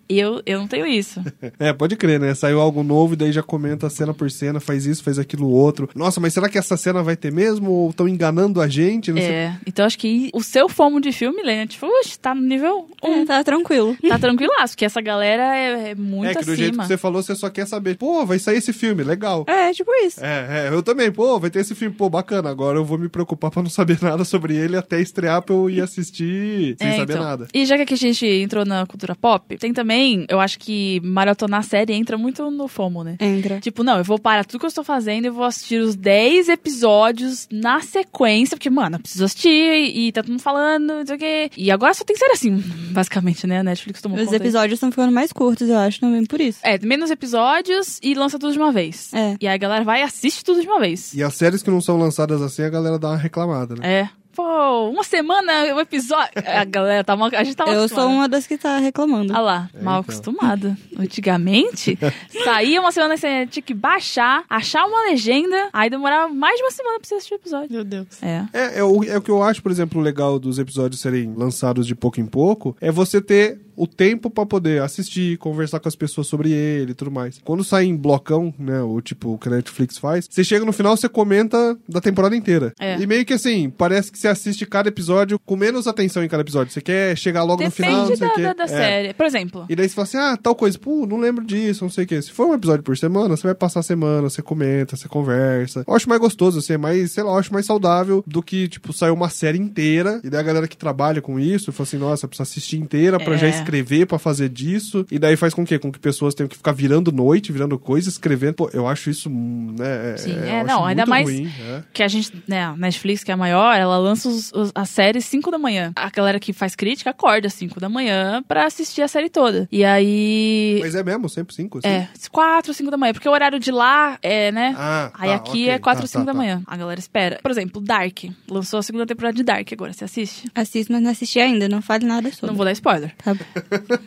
Speaker 2: eu, eu não tenho isso.
Speaker 3: É, pode crer, né? Saiu algo novo e daí já comenta cena por cena, faz isso, faz aquilo outro. Nossa, mas será que essa cena vai ter mesmo? Ou estão enganando a gente? Não sei.
Speaker 2: é. Então acho que o seu fomo de filme, Lena, tipo, uxe, tá no nível 1.
Speaker 7: É, tá tranquilo.
Speaker 2: Tá tranquilaço, porque essa galera é, é muito
Speaker 3: É que do jeito
Speaker 2: acima.
Speaker 3: que você falou, você só quer saber. Pô, vai sair esse filme, legal.
Speaker 7: É, tipo isso.
Speaker 3: É, é, eu também, pô, vai ter esse filme, pô, bacana. Agora eu vou me preocupar pra não saber nada sobre ele até estrear pra eu ir assistir sem
Speaker 2: É,
Speaker 3: saber
Speaker 2: então.
Speaker 3: nada.
Speaker 2: E já que a gente entrou na cultura pop, tem também, eu acho que maratonar série entra muito no FOMO, né?
Speaker 7: Entra.
Speaker 2: Tipo, não, eu vou parar tudo que eu estou fazendo e vou assistir os 10 episódios na sequência, porque, mano, eu preciso assistir e tá todo mundo falando, não sei o quê. E agora só tem série assim, basicamente, né? A Netflix tomou
Speaker 7: Os
Speaker 2: conta aí.
Speaker 7: episódios estão ficando mais curtos, eu acho, também por isso.
Speaker 2: É, menos episódios e lança tudo de uma vez.
Speaker 7: É.
Speaker 2: E aí a galera vai e assiste tudo de uma vez.
Speaker 3: E as séries que não são lançadas assim, a galera dá uma reclamada, né?
Speaker 2: É. Pô, uma semana o episódio. A galera tá mal. A gente tava
Speaker 7: Eu sou
Speaker 2: acostumada.
Speaker 7: uma das que tá reclamando.
Speaker 2: Ah lá, mal acostumada. Antigamente, saía uma semana você tinha que baixar, achar uma legenda, aí demorava mais de uma semana pra você assistir o episódio. Meu Deus. É.
Speaker 3: É, é o, é o que eu acho, por exemplo, legal dos episódios serem lançados de pouco em pouco, é você ter o tempo pra poder assistir, conversar com as pessoas sobre ele e tudo mais. Quando sai em blocão, né, ou tipo o que a Netflix faz, você chega no final, você comenta da temporada inteira.
Speaker 2: É.
Speaker 3: E meio que assim, parece que você assiste cada episódio com menos atenção em cada episódio. Você quer chegar logo no final,
Speaker 2: Depende
Speaker 3: não sei o
Speaker 2: da,
Speaker 3: quê.
Speaker 2: da, da
Speaker 3: É.
Speaker 2: série. Por exemplo,
Speaker 3: E daí você fala assim, ah, tal coisa, pô, não lembro disso, não sei o quê. Se for um episódio por semana, você vai passar a semana, você comenta, você conversa. Eu acho mais gostoso, assim, é mais, sei lá, eu acho mais saudável do que, tipo, sair uma série inteira. E daí a galera que trabalha com isso fala assim, nossa, precisa assistir inteira pra
Speaker 2: É.
Speaker 3: já escrever, pra fazer disso. E daí faz com o quê? Com que pessoas tenham que ficar virando noite, virando coisa, escrevendo. Pô, eu acho isso, hum, né?
Speaker 2: Sim,
Speaker 3: eu
Speaker 2: é,
Speaker 3: acho
Speaker 2: não, ainda
Speaker 3: muito
Speaker 2: mais-
Speaker 3: Ruim, é.
Speaker 2: que a gente, né, a Netflix, que é a maior, ela lança os, os, as séries 5 da manhã. A galera que faz crítica acorda às 5 da manhã pra assistir a série toda. E aí.
Speaker 3: Mas é mesmo, sempre cinco, assim.
Speaker 2: É, 4, 5 da manhã. Porque o horário de lá é, né?
Speaker 3: Ah,
Speaker 2: Aí
Speaker 3: tá,
Speaker 2: aqui
Speaker 3: ok.
Speaker 2: é 4
Speaker 3: Tá,
Speaker 2: ou 5
Speaker 3: tá,
Speaker 2: da
Speaker 3: tá.
Speaker 2: manhã. A galera espera. Por exemplo, Dark. Lançou a segunda temporada de Dark agora. Você assiste?
Speaker 7: Assisto, mas não assisti ainda, não fale nada sobre.
Speaker 2: Não vou dar spoiler.
Speaker 7: Tá bom.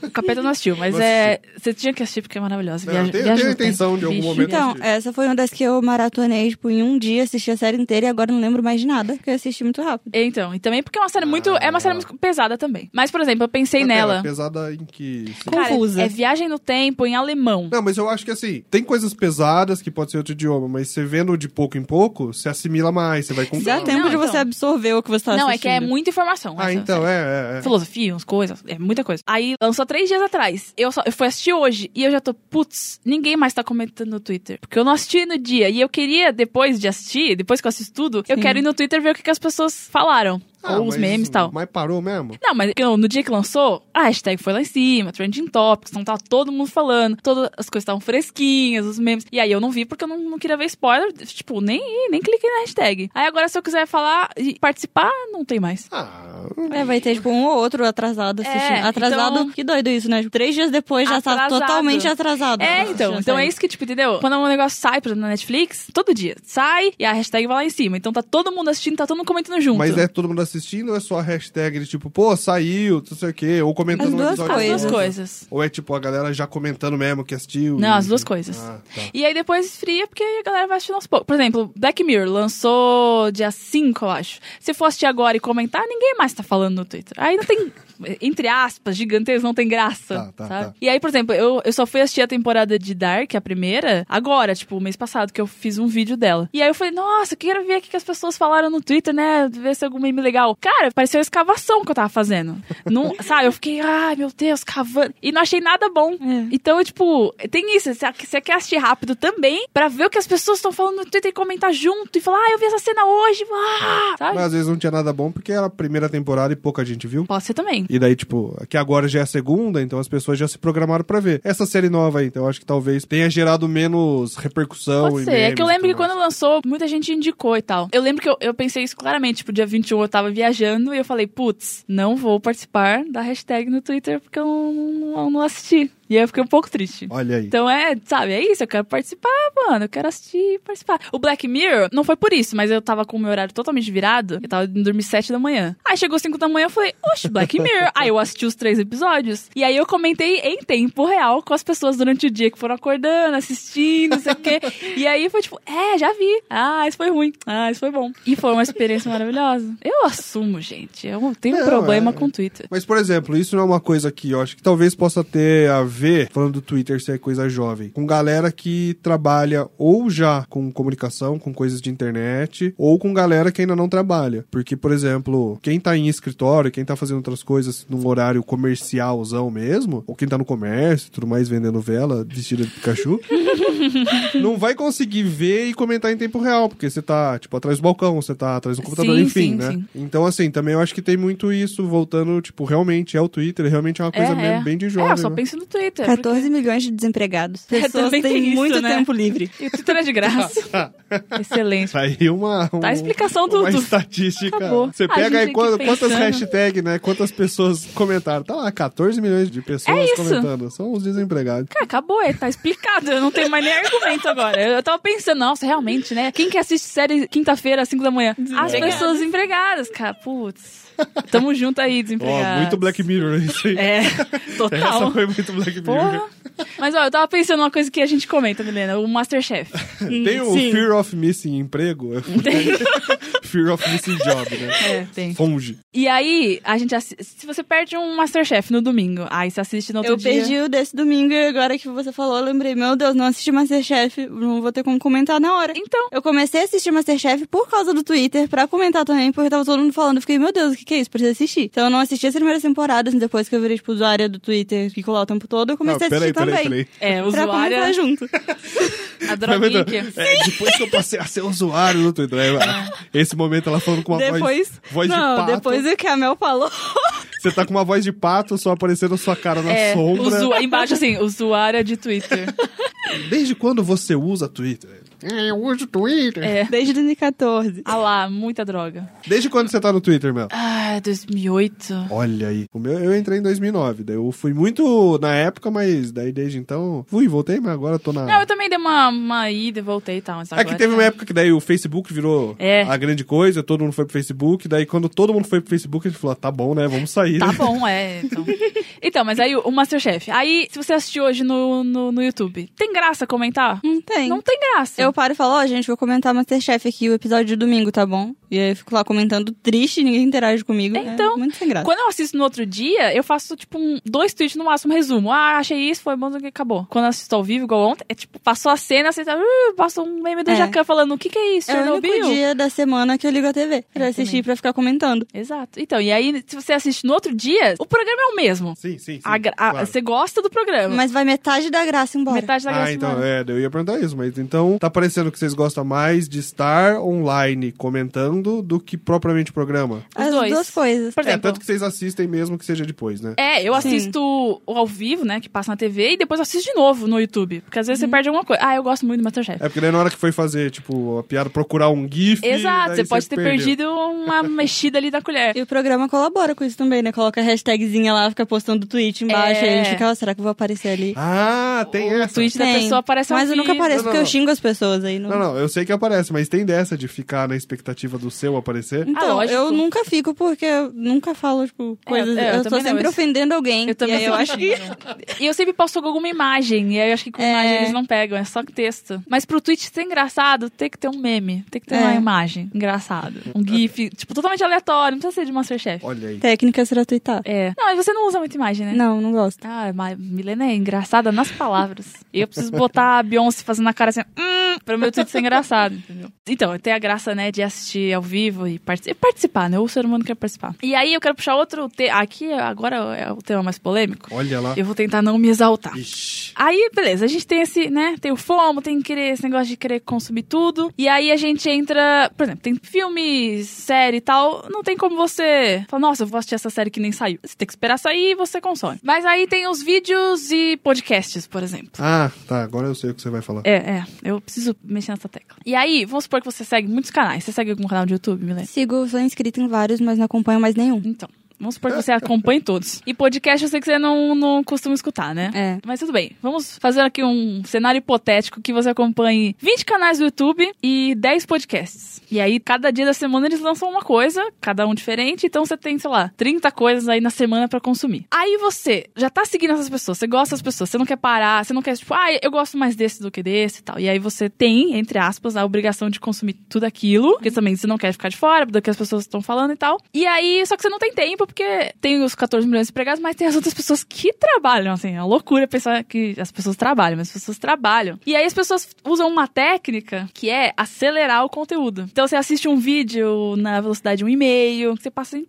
Speaker 2: O capeta não assistiu, mas
Speaker 3: Vou
Speaker 2: é. Você tinha que assistir porque é maravilhosa.
Speaker 3: Não,
Speaker 2: Viaja,
Speaker 3: eu tenho- eu
Speaker 2: viaja
Speaker 3: tenho
Speaker 2: no tempo.
Speaker 3: intenção de algum
Speaker 2: Vixe.
Speaker 3: momento.
Speaker 7: Então,
Speaker 3: assistir.
Speaker 7: essa foi uma das que eu maratonei, tipo, em um dia, assisti a série inteira e agora não lembro mais de nada, porque eu assisti muito rápido.
Speaker 2: Então, e também porque é uma série muito. é
Speaker 3: Ah.
Speaker 2: uma série muito pesada também. Mas, por exemplo, eu pensei
Speaker 3: Mas pera,
Speaker 2: nela.
Speaker 3: Tá, é Pesada em que...
Speaker 2: Cara,
Speaker 7: Confusa.
Speaker 2: é viagem no tempo em alemão.
Speaker 3: Não, mas eu acho que assim, tem coisas pesadas que pode ser outro idioma, mas você vendo de pouco em pouco, você assimila mais, você vai com
Speaker 7: Dá
Speaker 3: calma.
Speaker 7: tempo
Speaker 2: não,
Speaker 7: de você
Speaker 2: então.
Speaker 7: absorver o que você tá
Speaker 2: Não,
Speaker 7: assistindo.
Speaker 2: é que é muita informação.
Speaker 3: Ah,
Speaker 2: essa
Speaker 3: então,
Speaker 2: série.
Speaker 3: é, é, é.
Speaker 2: Filosofia, umas coisas, é muita coisa. Aí Aí lançou três dias atrás. Eu, só, eu fui assistir hoje e eu já tô, putz, ninguém mais tá comentando no Twitter. Porque eu não assisti no dia. E eu queria, depois de assistir, depois que eu assisto tudo, eu
Speaker 7: Sim.
Speaker 2: quero ir no Twitter ver o que, que as pessoas falaram.
Speaker 3: Ah,
Speaker 2: ou os
Speaker 3: mas-
Speaker 2: memes e tal.
Speaker 3: Mas parou mesmo?
Speaker 2: Não, mas eu, no dia que lançou, a hashtag foi lá em cima, trending topics, então tava todo mundo falando, todas as coisas estavam fresquinhas, os memes. E aí eu não vi porque eu não, não queria ver spoiler, tipo, nem, nem cliquei na hashtag. Aí agora se eu quiser falar e participar, não tem mais.
Speaker 3: Ah,
Speaker 7: É, vai ter, tipo, um ou outro atrasado assistindo.
Speaker 2: É,
Speaker 7: atrasado,
Speaker 2: então-
Speaker 7: que doido isso, né? Tipo, Três dias depois já tá
Speaker 2: Atrasado.
Speaker 7: totalmente atrasado.
Speaker 2: É, então. Então é isso que, tipo, entendeu? Quando um negócio sai, por exemplo, na Netflix, todo dia sai e a hashtag vai lá em cima. Então tá todo mundo assistindo, tá todo mundo comentando junto.
Speaker 3: mas é todo mundo assistindo ou é só a hashtag de tipo, pô, saiu, não sei o quê, ou comentando
Speaker 7: As duas
Speaker 3: um episódio
Speaker 2: As
Speaker 3: do
Speaker 2: duas
Speaker 3: outro?
Speaker 2: coisas.
Speaker 3: Ou é tipo a galera já comentando mesmo que assistiu?
Speaker 2: Não,
Speaker 3: e-
Speaker 2: as duas coisas.
Speaker 3: Ah, tá.
Speaker 2: E aí depois esfria, porque a galera vai assistindo aos poucos. Por exemplo, Black Mirror lançou dia 5, eu acho. Se for assistir agora e comentar, ninguém mais tá falando no Twitter. Aí não tem, entre aspas, gigantesco, não tem graça.
Speaker 3: Tá, tá,
Speaker 2: sabe?
Speaker 3: tá.
Speaker 2: E aí, por exemplo, eu, eu só fui assistir a temporada de Dark, a primeira, agora, tipo, mês passado, que eu fiz um vídeo dela. E aí eu falei, nossa, eu quero ver o que que as pessoas falaram no Twitter, né? Ver se algum meme legal. Cara, pareceu uma escavação que eu tava fazendo. não, sabe? Eu fiquei, ai, meu Deus, cavando. E não achei nada bom. Então, tipo, tem isso. Você você quer assistir rápido também, pra ver o que as pessoas estão falando no Twitter e comentar junto. E falar, ah, eu vi essa cena hoje. Ah! Sabe?
Speaker 3: Mas às vezes não tinha nada bom porque era a primeira temporada e pouca gente viu.
Speaker 2: Pode ser também.
Speaker 3: E daí, tipo, que agora já é a segunda, então as pessoas já se programaram pra ver. Essa série nova aí, então eu acho que talvez tenha gerado menos repercussão
Speaker 2: Pode
Speaker 3: e
Speaker 2: ser. É
Speaker 3: memes
Speaker 2: que eu
Speaker 3: e
Speaker 2: lembro que
Speaker 3: tudo
Speaker 2: quando lançou, muita gente indicou e tal. Eu lembro que eu, eu pensei isso claramente. Tipo, dia 21 eu tava viajando e eu falei, putz, não vou participar da hashtag no Twitter porque eu não, não- não assisti. E aí eu fiquei um pouco triste.
Speaker 3: mais. Olha aí.
Speaker 2: Então é, sabe, é isso, eu quero participar, mano, eu quero assistir e participar. O Black Mirror não foi por isso, mas eu tava com o meu horário totalmente virado, eu tava indo dormir sete da manhã. Aí chegou cinco da manhã, eu falei, oxe, Black Mirror. aí eu assisti os três episódios, e aí eu comentei em tempo real com as pessoas durante o dia que foram acordando, assistindo, não sei o quê. E aí foi tipo, é, já vi. Ah, isso foi ruim. Ah, isso foi bom. E foi uma experiência maravilhosa. Eu assumo, gente, eu tenho
Speaker 3: Não,
Speaker 2: um problema
Speaker 3: é-
Speaker 2: com o Twitter.
Speaker 3: Mas, por exemplo, isso não é uma coisa que eu acho que talvez possa ter a ver, falando do Twitter ser coisa jovem, com galera que trabalha ou já com comunicação, com coisas de internet, ou com galera que ainda não trabalha. Porque, por exemplo, quem tá em escritório, quem tá fazendo outras coisas num horário comercialzão mesmo, ou quem tá no comércio e tudo mais vendendo vela, vestida de Pikachu, não vai conseguir ver e comentar em tempo real, porque você tá, tipo, atrás do balcão, você tá atrás do computador,
Speaker 2: Sim,
Speaker 3: enfim,
Speaker 2: sim,
Speaker 3: né?
Speaker 2: sim.
Speaker 3: Então, assim, também eu acho que tem muito isso, voltando, tipo, realmente é o Twitter, realmente é uma coisa
Speaker 2: é,
Speaker 3: mesmo
Speaker 2: é.
Speaker 3: bem de
Speaker 2: É, eu
Speaker 3: jovem.
Speaker 2: só
Speaker 3: né?
Speaker 2: penso no Twitter. porque- É,
Speaker 7: 14 milhões de desempregados. Pessoas
Speaker 2: também tem
Speaker 7: têm
Speaker 2: isso,
Speaker 7: muito
Speaker 2: né?
Speaker 7: tempo livre.
Speaker 2: E o Twitter é de graça. Excelente.
Speaker 3: Tá aí uma, um-
Speaker 2: Tá a explicação do-
Speaker 3: uma
Speaker 2: do-
Speaker 3: estatística.
Speaker 2: Acabou.
Speaker 3: Você
Speaker 2: A gente
Speaker 3: pega aí
Speaker 2: aqui
Speaker 3: quant- quantas
Speaker 2: pensando.
Speaker 3: hashtags, né? Quantas pessoas comentaram. Tá lá, 14 milhões de pessoas
Speaker 2: É isso.
Speaker 3: comentando. São os desempregados.
Speaker 2: Cara, acabou, é, tá explicado. Eu não tenho mais nem argumento agora. Eu tava pensando, nossa, realmente, né? Quem que assiste série quinta-feira às 5 da manhã? As pessoas empregadas, cara. Putz. Tamo junto aí,
Speaker 3: Ó,
Speaker 2: desempregados.
Speaker 3: muito Black Mirror isso aí.
Speaker 2: É,
Speaker 3: Essa
Speaker 2: total.
Speaker 3: foi muito Black Mirror.
Speaker 2: Porra. Mas, ó, eu tava pensando uma coisa que a gente comenta, Milena, o Masterchef.
Speaker 3: Tem o
Speaker 7: Sim.
Speaker 3: Fear of Missing Emprego? Fear of Missing Job, né?
Speaker 2: É, tem.
Speaker 3: Fonge.
Speaker 2: E aí, a gente assi- Se você perde um Masterchef no domingo, aí você assiste no outro
Speaker 7: Eu
Speaker 2: dia.
Speaker 7: perdi o desse domingo e agora que você falou, eu lembrei, meu Deus, não assisti Masterchef, não vou ter como comentar na hora.
Speaker 2: Então,
Speaker 7: Eu comecei a assistir Masterchef por causa do Twitter, pra comentar também, porque tava todo mundo falando. Eu fiquei, meu Deus, o que, que é isso? Preciso assistir. Então eu não assisti as primeiras temporadas, depois que eu virei, tipo, usuária do Twitter, fico lá o tempo todo, eu comecei a assistir também.
Speaker 2: é,
Speaker 7: Pra comentar
Speaker 2: usuária,
Speaker 7: junto.
Speaker 2: a droguinha.
Speaker 3: É, depois que eu passei a ser usuário do Twitter. né? Esse momento ela falando com uma
Speaker 7: depois.
Speaker 3: voz, voz
Speaker 7: não,
Speaker 3: de pato.
Speaker 7: depois o que a Mel falou.
Speaker 3: Você tá com uma voz de pato só aparecendo a sua cara na
Speaker 2: É,
Speaker 3: sombra.
Speaker 2: usu- embaixo assim, usuária de Twitter.
Speaker 3: Desde quando você usa Twitter?
Speaker 2: É.
Speaker 7: Desde 2014.
Speaker 2: Ah lá, muita droga.
Speaker 3: Desde quando você tá no Twitter, meu?
Speaker 2: Ah, 2008.
Speaker 3: Olha aí. O meu, eu entrei em 2009. Daí eu fui muito na época, mas daí desde então... Fui, voltei, mas agora eu tô na...
Speaker 2: Não, eu também dei uma, uma ida e voltei e tal, mas
Speaker 3: É
Speaker 2: Tá agora...
Speaker 3: que teve uma época que daí o Facebook virou
Speaker 2: É.
Speaker 3: a grande coisa, todo mundo foi pro Facebook, daí quando todo mundo foi pro Facebook, a gente falou, ah, tá bom, né, vamos sair.
Speaker 2: Tá bom, é. Então, então mas aí o o Masterchef. Aí, se você assistiu hoje no, no, no YouTube, tem graça comentar?
Speaker 7: Não tem.
Speaker 2: Não tem graça.
Speaker 7: Eu eu paro e falo, ó, gente, vou comentar Masterchef aqui, o episódio de domingo, tá bom? E aí eu fico lá comentando triste, ninguém interage comigo.
Speaker 2: Então,
Speaker 7: é muito sem graça.
Speaker 2: Quando eu assisto no outro dia, eu faço, tipo, um- dois tweets no máximo, um resumo. Ah, achei isso, foi bom, não sei o que acabou. Quando eu assisto ao vivo, igual ontem, é tipo, passou a cena, você tá, "Uh", passou um meme do
Speaker 7: É.
Speaker 2: Jacan falando, o que que é isso,
Speaker 7: É o único
Speaker 2: Chernobyl?
Speaker 7: dia da semana que eu ligo a TV pra
Speaker 2: Eu
Speaker 7: assistir,
Speaker 2: também.
Speaker 7: pra ficar comentando.
Speaker 2: Exato. Então, e aí, se você assiste no outro dia, o programa é o mesmo.
Speaker 3: Sim, sim, sim.
Speaker 2: A gra- a-
Speaker 3: claro.
Speaker 2: Você gosta do programa.
Speaker 7: Mas vai metade da graça embora.
Speaker 2: Metade da graça
Speaker 3: Ah, então,
Speaker 2: humana.
Speaker 3: é, eu ia perguntar isso, mas então tá parecendo que vocês gostam mais de estar online comentando do que propriamente o programa.
Speaker 2: Os
Speaker 7: As
Speaker 2: dois.
Speaker 7: duas coisas.
Speaker 2: Por
Speaker 3: É,
Speaker 2: exemplo,
Speaker 3: tanto que vocês assistem mesmo que seja depois, né?
Speaker 2: É, eu
Speaker 7: Sim.
Speaker 2: assisto o ao vivo, né, que passa na TV, e depois eu assisto de novo no YouTube. Porque às vezes
Speaker 7: Uhum.
Speaker 2: você perde alguma coisa. Ah, eu gosto muito do Masterchef.
Speaker 3: É porque daí na hora que foi fazer, tipo, a piada, procurar um GIF.
Speaker 2: Exato,
Speaker 3: daí
Speaker 2: você pode ter
Speaker 3: perdeu.
Speaker 2: perdido uma mexida ali na colher.
Speaker 7: E o programa colabora com isso também, né? Coloca a hashtagzinha lá, fica postando tweet embaixo,
Speaker 2: É.
Speaker 7: aí a gente fica, ó, será que eu vou aparecer ali?
Speaker 3: Ah, tem
Speaker 2: o
Speaker 3: essa.
Speaker 2: tweet da
Speaker 7: Tem.
Speaker 2: pessoa aparece ao
Speaker 7: Mas eu nunca
Speaker 2: vivo.
Speaker 7: apareço,
Speaker 3: Não, não,
Speaker 7: porque eu
Speaker 3: não.
Speaker 7: xingo as pessoas aí. Não...
Speaker 3: Não, não, eu sei que aparece, mas tem dessa de ficar na expectativa do seu aparecer.
Speaker 2: Ah,
Speaker 7: Então,
Speaker 2: lógico.
Speaker 7: eu nunca fico porque eu nunca falo, tipo, coisas.
Speaker 2: é, eu
Speaker 7: eu, tô
Speaker 2: também não,
Speaker 7: sempre
Speaker 2: mas-
Speaker 7: ofendendo alguém.
Speaker 2: Eu também
Speaker 7: e aí eu
Speaker 2: sou
Speaker 7: acho que.
Speaker 2: é E eu sempre posto com alguma imagem, e aí eu acho que com
Speaker 7: É.
Speaker 2: imagem eles não pegam, é só texto. Mas pro tweet ser engraçado, tem que ter um meme, tem que ter
Speaker 7: É.
Speaker 2: uma imagem engraçado. Um gif, tipo, totalmente aleatório, não precisa ser de Masterchef.
Speaker 3: Olha aí.
Speaker 7: Técnica será tweetar.
Speaker 2: É. Não, mas você não usa muita imagem, né?
Speaker 7: Não, não gosto.
Speaker 2: Ah, mas Milena é engraçada nas palavras. Eu preciso botar a Beyoncé fazendo a cara assim, hum, pra meu tweet ser engraçado, entendeu? Então, tem a graça, né, de assistir ao vivo e, partic- e participar, né? O ser humano quer participar. E aí eu quero puxar outro tema. Aqui agora é o tema mais polêmico.
Speaker 3: Olha lá.
Speaker 2: Eu vou tentar não me exaltar.
Speaker 3: Ixi.
Speaker 2: Aí, beleza, a gente tem esse, né? Tem o FOMO, tem que querer esse negócio de querer consumir tudo. E aí a gente entra, por exemplo, tem filme, série e tal. Não tem como você falar, nossa, eu vou assistir essa série que nem saiu. Você tem que esperar sair e você consome. Mas aí tem os vídeos e podcasts, por exemplo.
Speaker 3: Ah, tá, agora eu sei o que você vai falar.
Speaker 2: É, é, eu preciso mexer nessa tecla. E aí, vamos supor que você segue muitos canais. Você segue algum canal de YouTube, Milena?
Speaker 7: Sigo, sou inscrita em vários, mas não acompanho mais nenhum.
Speaker 2: Então, vamos supor que você acompanhe todos. E podcast eu sei que você não, não costuma escutar, né?
Speaker 7: É.
Speaker 2: Mas tudo bem, vamos fazer aqui um cenário hipotético que você acompanhe 20 canais do YouTube e 10 podcasts. E aí, cada dia da semana eles lançam uma coisa, cada um diferente, então você tem, sei lá, 30 coisas aí na semana pra consumir. Aí você já tá seguindo essas pessoas, você gosta das pessoas, você não quer parar, você não quer, tipo, ah, eu gosto mais desse do que desse e tal. E aí você tem, entre aspas, a obrigação de consumir tudo aquilo, porque também você não quer ficar de fora do que as pessoas estão falando e tal. E aí, só que você não tem tempo, porque tem os 14 milhões de empregados, mas tem as outras pessoas que trabalham, assim, é uma loucura pensar que as pessoas trabalham, mas as pessoas trabalham. E aí as pessoas usam uma técnica que é acelerar o conteúdo. Então você assiste um vídeo na velocidade de um e-mail, você passa em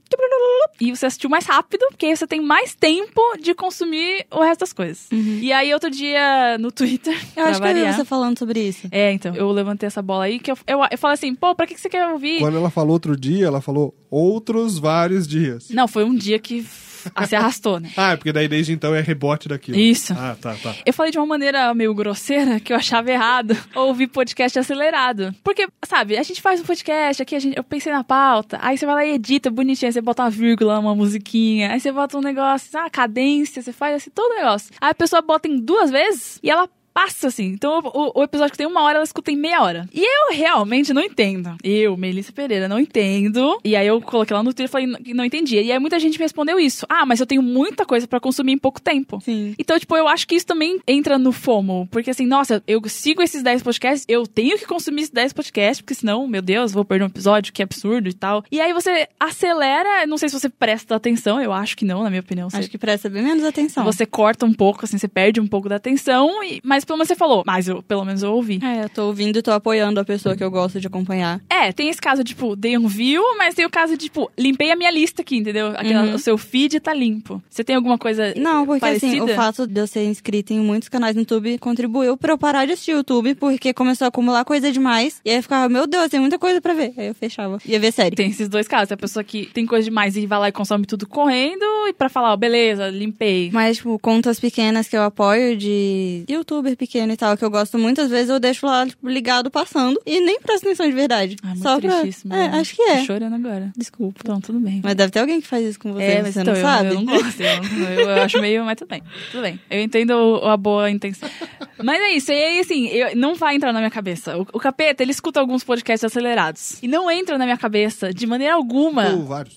Speaker 2: e você assistiu mais rápido, porque aí você tem mais tempo de consumir o resto das coisas. E aí, outro dia, no Twitter,
Speaker 7: Uhum. Eu
Speaker 2: pra
Speaker 7: acho que eu vi
Speaker 2: variar...
Speaker 7: você falando sobre isso.
Speaker 2: É, então, eu levantei essa bola aí, que eu, eu, eu falei assim, pô, pra que, que você quer ouvir?
Speaker 3: Quando ela falou outro dia, ela falou outros vários dias.
Speaker 2: Não, foi um dia que f- ah, se arrastou, né?
Speaker 3: Ah, é porque daí desde então é rebote daquilo.
Speaker 2: Isso.
Speaker 3: Ah, tá, tá.
Speaker 2: Eu falei de uma maneira meio grosseira que eu achava errado ouvir podcast acelerado. Porque, sabe, a gente faz um podcast aqui, a gente, eu pensei na pauta, aí você vai lá e edita bonitinho, aí você bota uma vírgula, uma musiquinha, aí você bota um negócio, ah, cadência, você faz assim, todo negócio. Aí a pessoa bota em duas vezes e ela passa assim. Então o, o episódio que tem uma hora, ela escuta em meia hora. E eu realmente não entendo. Eu, Melissa Pereira, não entendo. E aí eu coloquei lá no Twitter e falei que não entendia. E aí muita gente me respondeu isso. Ah, mas eu tenho muita coisa pra consumir em pouco tempo.
Speaker 7: Sim.
Speaker 2: Então, tipo, eu acho que isso também entra no FOMO. Porque assim, nossa, eu sigo esses 10 podcasts, eu tenho que consumir esses 10 podcasts, porque senão, meu Deus, vou perder um episódio, que absurdo e tal. E aí você acelera, não sei se você presta atenção, eu acho que não, na minha opinião. Você,
Speaker 7: Acho que presta bem menos atenção.
Speaker 2: você corta um pouco, assim, você perde um pouco da atenção, e- mas pelo menos você falou, mas eu, pelo menos eu ouvi.
Speaker 7: É, eu tô ouvindo e tô apoiando a pessoa que eu gosto de acompanhar.
Speaker 2: É, tem esse caso, tipo, dei um view, mas tem o caso, de, tipo, limpei a minha lista aqui, entendeu? Aquela-
Speaker 7: Uhum.
Speaker 2: O seu feed tá limpo. Você tem alguma coisa
Speaker 7: Não, porque
Speaker 2: É parecida?
Speaker 7: assim, o fato de eu ser inscrita em muitos canais no YouTube contribuiu pra eu parar de assistir YouTube, porque começou a acumular coisa demais. E aí eu ficava, meu Deus, tem muita coisa pra ver. Aí eu fechava. Ia ver série.
Speaker 2: Tem esses dois casos. A pessoa que tem coisa demais e vai lá e consome tudo correndo e pra falar, ó, beleza, limpei.
Speaker 7: Mas, tipo, contas pequenas que eu apoio de youtuber pequeno e tal, que eu gosto muitas vezes, eu deixo lá, tipo, ligado passando e nem presto atenção de verdade.
Speaker 2: Ah, muito
Speaker 7: Só pra...
Speaker 2: tristíssimo.
Speaker 7: É,
Speaker 2: né?
Speaker 7: acho que é.
Speaker 2: Tô chorando agora.
Speaker 7: Desculpa.
Speaker 2: Então, tudo bem.
Speaker 7: Mas deve ter alguém que faz isso com você, você
Speaker 2: então,
Speaker 7: não
Speaker 2: eu,
Speaker 7: sabe.
Speaker 2: eu não gosto. Eu, não- eu- eu acho meio, mas tudo bem. Tudo bem. Eu entendo o- a boa intenção. Mas é isso. E aí, assim, eu- não vai entrar na minha cabeça. O, o capeta, ele escuta alguns podcasts acelerados. E não entra na minha cabeça, de maneira alguma.
Speaker 3: Ou vários.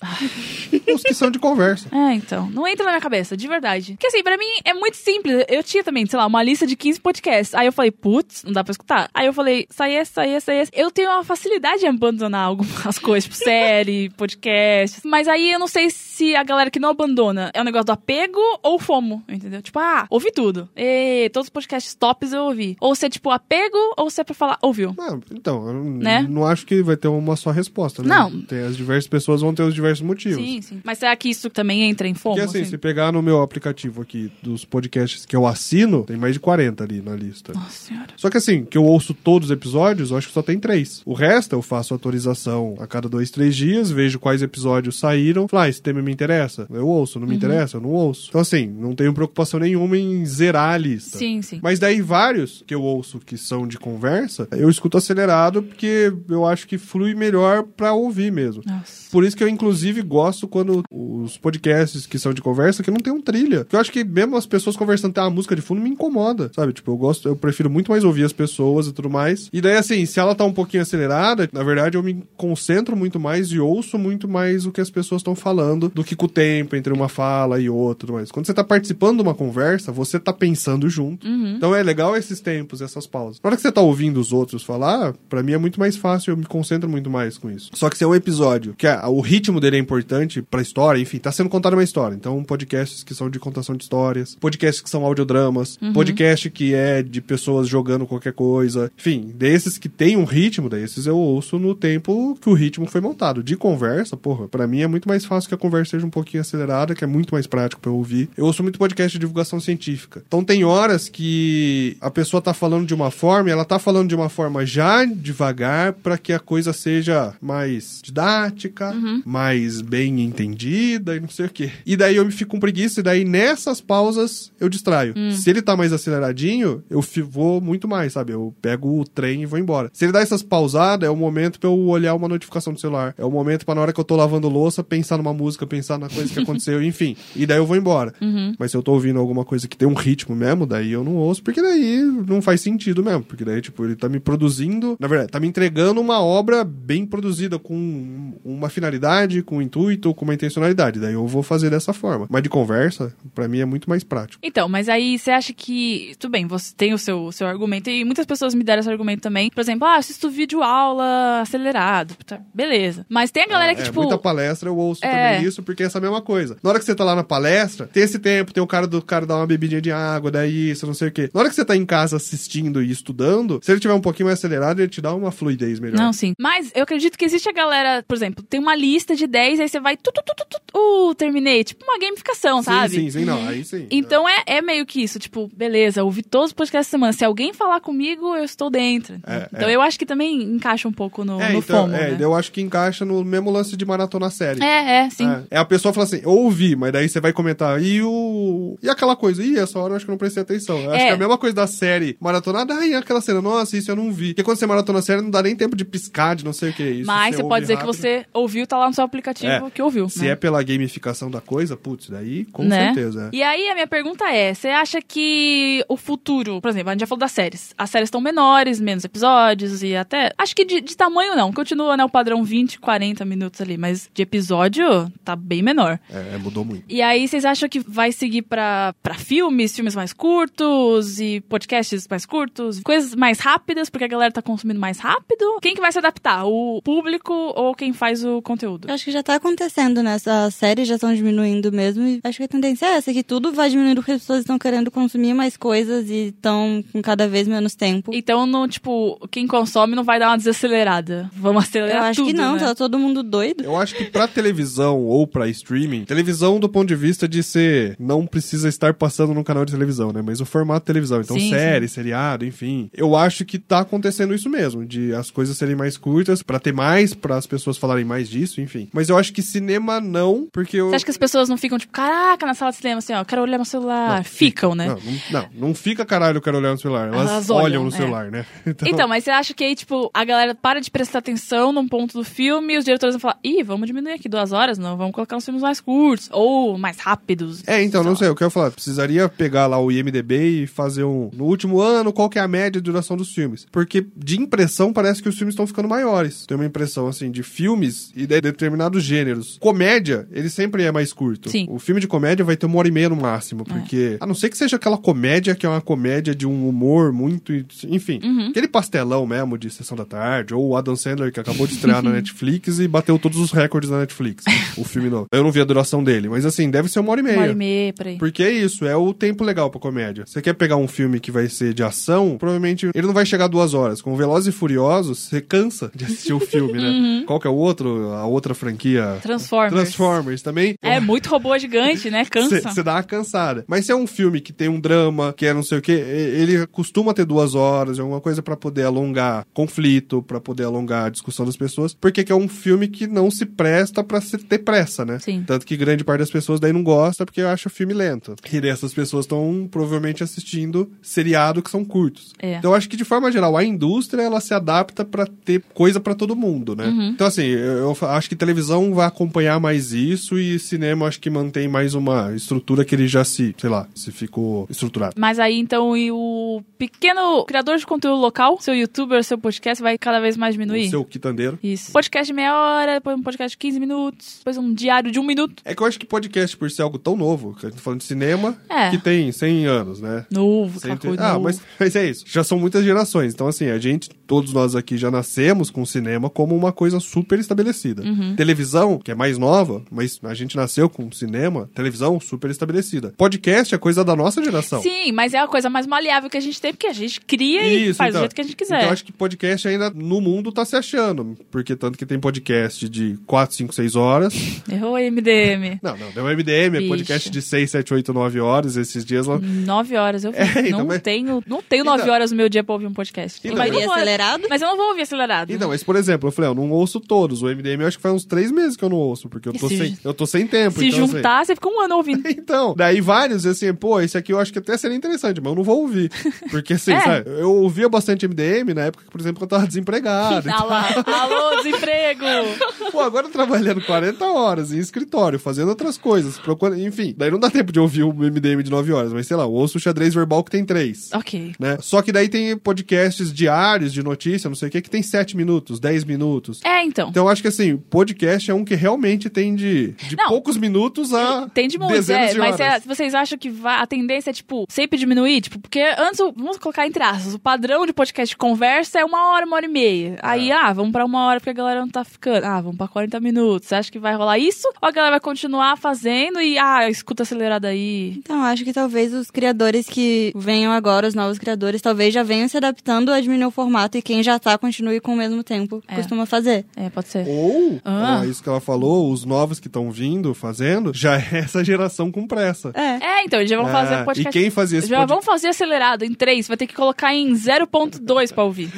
Speaker 3: Os que são de conversa.
Speaker 2: É, então. Não entra na minha cabeça, de verdade. Porque assim, pra mim é muito simples. Eu tinha também, sei lá, uma lista de 15 podcasts. Aí eu falei, putz, não dá pra escutar. Aí eu falei, sai esse, sai esse, sai esse. Eu tenho uma facilidade em abandonar algumas coisas, tipo série, podcast. Mas aí eu não sei se a galera que não abandona é um negócio do apego ou fomo, entendeu? Tipo, ah, ouvi tudo. E, todos os podcasts tops eu ouvi. Ou se é tipo apego ou se é pra falar, ouviu.
Speaker 3: Ah, então, eu n-
Speaker 2: Né?
Speaker 3: não acho que vai ter uma só resposta, né?
Speaker 2: Não.
Speaker 3: Tem, as diversas pessoas vão ter os diversos motivos.
Speaker 2: Sim, sim. Mas será que isso também entra em fomo?
Speaker 3: Porque assim,
Speaker 2: assim?
Speaker 3: se pegar no meu aplicativo aqui dos podcasts que eu assino, tem mais de 40 ali na lista.
Speaker 2: Nossa senhora.
Speaker 3: Só que assim, que eu ouço todos os episódios, eu acho que só tem três. O resto eu faço autorização a cada dois, três dias, vejo quais episódios saíram. Falo, ah, esse tema me interessa. Eu ouço, não me interessa, eu não ouço. Então assim, não tenho preocupação nenhuma em zerar a lista.
Speaker 2: Sim, sim.
Speaker 3: Mas daí vários que eu ouço que são de conversa, eu escuto acelerado porque eu acho que flui melhor pra ouvir mesmo.
Speaker 2: Nossa.
Speaker 3: Por isso que eu, inclusive, gosto quando os podcasts que são de conversa, que não tem um trilha. Porque eu acho que mesmo as pessoas conversando, tem uma música de fundo, me incomoda, sabe? Tipo, eu gosto, eu prefiro muito mais ouvir as pessoas e tudo mais. E daí, assim, se ela tá um pouquinho acelerada, na verdade, eu me concentro muito mais e ouço muito mais o que as pessoas estão falando do que com o tempo entre uma fala e outra. e tudo mais. Quando você tá participando de uma conversa, você tá pensando junto. Então é legal esses tempos, essas pausas. Na hora que você tá ouvindo os outros falar, pra mim é muito mais fácil, eu me concentro muito mais com isso. Só que se é um episódio, que a- o ritmo dele é importante pra história, enfim, tá sendo contada uma história. Então, podcasts que são de contação de histórias, podcasts que são audiodramas, podcast que é de pessoas jogando qualquer coisa. Enfim, desses que tem um ritmo, desses eu ouço no tempo que o ritmo foi montado. De conversa, porra, pra mim é muito mais fácil que a conversa seja um pouquinho acelerada, que é muito mais prático pra eu ouvir. Eu ouço muito podcast de divulgação científica. Então tem horas que a pessoa tá falando de uma forma e ela tá falando de uma forma já devagar pra que a coisa seja mais didática, mais bem entendida e não sei o quê. E daí eu me fico com preguiça e daí nessas pausas eu distraio. Se ele tá mais aceleradinho, eu fi- vou muito mais, sabe? Eu pego o trem e vou embora. Se ele dá essas pausadas, é o momento pra eu olhar uma notificação do celular. É o momento pra na hora que eu tô lavando louça, pensar numa música, pensar na coisa que aconteceu, enfim. E daí eu vou embora. Mas se eu tô ouvindo alguma coisa que tem um ritmo mesmo, daí eu não ouço, porque daí não faz sentido mesmo. Porque daí, tipo, ele tá me produzindo, na verdade, tá me entregando uma obra bem produzida, com uma finalidade, com um intuito, com uma intencionalidade. Daí eu vou fazer dessa forma. Mas de conversa, pra mim é muito mais prático.
Speaker 2: Então, mas aí você acha que. Tudo bem, você tem o seu, seu argumento, e muitas pessoas me deram esse argumento também. Por exemplo, ah, assisto vídeo aula acelerado. Tá, Beleza. Mas tem a galera que,
Speaker 3: É,
Speaker 2: tipo.
Speaker 3: muita palestra eu ouço
Speaker 2: É.
Speaker 3: também isso, porque é essa mesma coisa. Na hora que você tá lá na palestra, tem esse tempo, tem o cara do cara dar uma bebidinha de água, daí isso, não sei o quê. Na hora que você tá em casa assistindo e estudando, se ele tiver um pouquinho mais acelerado, ele te dá uma fluidez melhor.
Speaker 2: Não, sim. Mas eu acredito que existe a galera, por exemplo, tem uma lista de 10, aí você vai. Tu, tu, tu, tu, tu, uh, terminei. Tipo uma gamificação, sabe?
Speaker 3: Sim, sim, sim, não, aí sim.
Speaker 2: Então é, é meio que isso, tipo, beleza, ouvi todos os podcasts da semana. Se alguém falar comigo, eu estou dentro.
Speaker 3: É,
Speaker 2: então eu acho que também encaixa um pouco no,
Speaker 3: é,
Speaker 2: no
Speaker 3: então,
Speaker 2: FOMO,
Speaker 3: é,
Speaker 2: né?
Speaker 3: eu acho que encaixa no mesmo lance de maratona série.
Speaker 2: É, é, sim.
Speaker 3: É, É, a pessoa fala assim, eu ouvi, mas daí você vai comentar, e o. E aquela coisa, ih, essa hora eu acho que eu não prestei atenção. Eu acho
Speaker 2: É.
Speaker 3: que é a mesma coisa da série maratonada, ai, aquela cena, nossa, isso eu não vi. Porque quando você maratona a série, não dá nem tempo de piscar, de não sei o que é isso.
Speaker 2: Mas você
Speaker 3: ouve
Speaker 2: pode dizer
Speaker 3: rápido.
Speaker 2: que você ouviu, tá lá no seu aplicativo
Speaker 3: É.
Speaker 2: que ouviu.
Speaker 3: Se
Speaker 2: né?
Speaker 3: é pela gamificação da coisa, putz, daí com
Speaker 2: Né?
Speaker 3: certeza. é.
Speaker 2: E aí, a minha pergunta é: você acha que o futuro, por exemplo, a gente já falou das séries. As séries estão menores, menos episódios e até. Acho que de, de tamanho não. Continua, né? O padrão 20, 40 minutos ali. Mas de episódio, tá bem menor.
Speaker 3: É, mudou muito.
Speaker 2: E aí, vocês acham que vai seguir pra, pra filmes, filmes mais curtos e podcasts mais curtos, coisas mais rápidas, porque a galera tá consumindo mais rápido? Quem que vai se adaptar? O público ou quem faz o conteúdo?
Speaker 7: Eu acho que já tá acontecendo, né? As séries já estão diminuindo mesmo. E acho que a tendência é essa, que tudo vai diminuindo porque as pessoas estão querendo consumir mais coisas e estão com cada vez menos tempo.
Speaker 2: Então, não, tipo, quem consome não vai dar uma desacelerada. Vamos
Speaker 7: Eu
Speaker 2: acelerar
Speaker 7: acho
Speaker 2: tudo,
Speaker 7: que não,
Speaker 2: né?
Speaker 7: tá todo mundo doido.
Speaker 3: Eu acho que pra televisão ou pra streaming, televisão do ponto de vista de ser não precisa estar passando no canal de televisão, né? Mas o formato de televisão, então
Speaker 2: Sim,
Speaker 3: série, seriado, enfim. Eu acho que tá acontecendo isso mesmo, de as coisas serem mais curtas pra ter mais, pra as pessoas falarem mais disso, enfim. Mas eu acho que cinema não, porque eu
Speaker 2: Você acha que as pessoas não ficam, tipo, caraca, na sala de cinema, assim, ó, quero olhar meu celular. ficam, né?
Speaker 3: não, não, não, não fica caralho, eu quero olhar no celular. Elas,
Speaker 2: Elas
Speaker 3: olham,
Speaker 2: olham,
Speaker 3: no
Speaker 2: é.
Speaker 3: celular, né?
Speaker 2: Então, mas você acha que aí, tipo, a galera para de prestar atenção num ponto do filme e os diretores vão falar, ih, vamos diminuir aqui duas horas? Não, vamos colocar uns filmes mais curtos ou mais rápidos.
Speaker 3: É, então,
Speaker 2: Tá.
Speaker 3: não sei, o que eu ia falar. Precisaria pegar lá o IMDB e fazer um. No último ano, qual que é a média de duração dos filmes? Porque de impressão parece que os filmes estão ficando maiores. Tem uma impressão, assim, de filmes e de determinados gêneros. Comédia, ele sempre é mais curto.
Speaker 2: Sim.
Speaker 3: O filme de comédia vai ter uma hora e meia no máximo, porque. A não ser que seja aquela comédia que é uma comédia de um humor muito. Enfim,
Speaker 2: Uhum.
Speaker 3: aquele pastelão mesmo de Sessão da Tarde, ou o Adam Sandler que acabou de estrear na Netflix e bateu todos os recordes na Netflix. né? o filme não. Eu não vi a duração dele, mas assim, deve ser uma hora e meia.
Speaker 2: Uma hora e meia, peraí.
Speaker 3: Porque é isso, é o tempo legal pra comédia. Você quer pegar um filme que vai ser de ação, provavelmente ele não vai chegar a duas horas. Com Velozes e Furiosos, você cansa de assistir o filme, né? Qual que é o outro? A outra franquia?
Speaker 2: Uhum. Transformers.
Speaker 3: Transformers também.
Speaker 2: É muito robô gigante, né? Cansa.
Speaker 3: Você dá uma cansada. Mas se é um filme que tem um drama, que é não sei o quê, e- ele costuma ter duas horas, alguma coisa pra poder alongar conflito, pra poder alongar a discussão das pessoas, porque que é um filme que não se presta pra se ter pressa, né?
Speaker 2: Sim.
Speaker 3: Tanto que grande parte das pessoas daí não gosta porque acha o filme lento. E dessas pessoas estão provavelmente assistindo seriado que são curtos.
Speaker 2: É.
Speaker 3: Então eu acho que de forma geral a indústria ela se adapta pra ter coisa pra todo mundo, né?
Speaker 2: Uhum.
Speaker 3: Então assim, eu, eu acho que televisão vai acompanhar mais isso e cinema acho que mantém mais uma estrutura que ele já se, sei lá, se ficou estruturado.
Speaker 2: Mas aí então e o pequeno criador de conteúdo local, seu youtuber, seu podcast vai cada vez mais diminuir?
Speaker 3: O seu quitandeiro.
Speaker 2: Isso. Podcast de meia hora, depois um podcast de 15 minutos, depois um diário de um minuto.
Speaker 3: É que eu acho que podcast por ser algo tão novo, que a gente tá falando de cinema,
Speaker 2: É.
Speaker 3: que tem 100 anos, né?
Speaker 2: Novo,
Speaker 3: Você
Speaker 2: aquela
Speaker 3: entende?
Speaker 2: coisa.
Speaker 3: Ah,
Speaker 2: novo.
Speaker 3: mas, mas é isso. Já são muitas gerações. Então, assim, a gente, todos nós aqui, já nascemos com o cinema como uma coisa super estabelecida.
Speaker 2: Uhum.
Speaker 3: Televisão, que é mais nova, mas a gente nasceu com cinema, televisão super estabelecida. Podcast é coisa da nossa geração.
Speaker 2: Sim, mas é a coisa mais maleável que a gente tem, porque a gente cria e faz do jeito que a gente quiser.
Speaker 3: Então, acho que podcast ainda no mundo tá se achando. Porque tanto que tem podcast de 4, 5, 6 horas.
Speaker 2: Errou aí, MDM.
Speaker 3: Não, não, deu MDM, é
Speaker 2: Bicho.
Speaker 3: podcast de 6, 7, 8, 9 horas esses dias lá.
Speaker 2: Nove horas, eu
Speaker 3: É, então,
Speaker 2: não
Speaker 3: mas-
Speaker 2: tenho, não tenho nove
Speaker 3: Então-
Speaker 2: horas no meu dia pra ouvir um podcast.
Speaker 3: Então-
Speaker 2: mas, eu
Speaker 7: Ouvir
Speaker 2: não vou,
Speaker 7: acelerado?
Speaker 2: mas eu não vou ouvir acelerado.
Speaker 3: Então, mas por exemplo, eu falei, eu não ouço todos. O MDM eu acho que faz uns três meses que eu não ouço, porque eu tô,
Speaker 2: Se-
Speaker 3: sem, eu tô sem tempo.
Speaker 2: Se
Speaker 3: então, assim,
Speaker 2: juntar, você fica um ano ouvindo.
Speaker 3: Então, daí vários, assim, pô, esse aqui eu acho que até seria interessante, mas eu não vou ouvir. Porque, assim,
Speaker 2: É.
Speaker 3: sabe, eu ouvia bastante MDM na época, por exemplo, que eu tava desempregado.
Speaker 2: Ah lá. Alô, desemprego!
Speaker 3: Pô, agora trabalhando 40 horas em escritório, fazendo outras coisas, procurando. Enfim, daí não dá tempo de ouvir um o MDM de 9 horas, mas sei lá, eu ouço o xadrez verbal que tem 3.
Speaker 2: ok.
Speaker 3: Né? Só que daí tem podcasts diários de notícia, não sei o que, que tem 7 minutos, 10 minutos.
Speaker 2: É, então.
Speaker 3: Então eu acho que assim, podcast é um que realmente tem de, de
Speaker 2: Não.
Speaker 3: poucos minutos a.
Speaker 2: Tem de muitos,
Speaker 3: dezenas
Speaker 2: é,
Speaker 3: de
Speaker 2: mas é,
Speaker 3: horas.
Speaker 2: vocês acham que vai- a tendência é, tipo, sempre diminuir? Tipo, porque antes, o- vamos colocar entre aspas, o padrão de podcast de conversa é uma hora, uma hora e meia. Aí,
Speaker 3: É.
Speaker 2: ah, vamos pra uma hora porque a galera não tá ficando. Ah, vamos pra 40 minutos. Você acha que vai rolar isso? Ou a galera vai continuar fazendo e, ah, escuta acelerada aí?
Speaker 7: Então, acho que talvez os criadores que venham agora, os novos criadores, talvez já venham se adaptando a diminuir o formato e quem já tá continue com o mesmo tempo que
Speaker 2: É.
Speaker 7: costuma fazer.
Speaker 2: É, pode ser.
Speaker 3: Ou,
Speaker 2: Ah.
Speaker 3: ó, isso que ela falou, os novos que estão vindo, fazendo, já é essa geração com pressa.
Speaker 7: É.
Speaker 2: É, então, eles já vão fazer
Speaker 3: É,
Speaker 2: podcast.
Speaker 3: E quem fazia esse
Speaker 2: Já
Speaker 3: pod-
Speaker 2: vão fazer acelerado em 3, vai ter que colocar em 0.2 pra ouvir.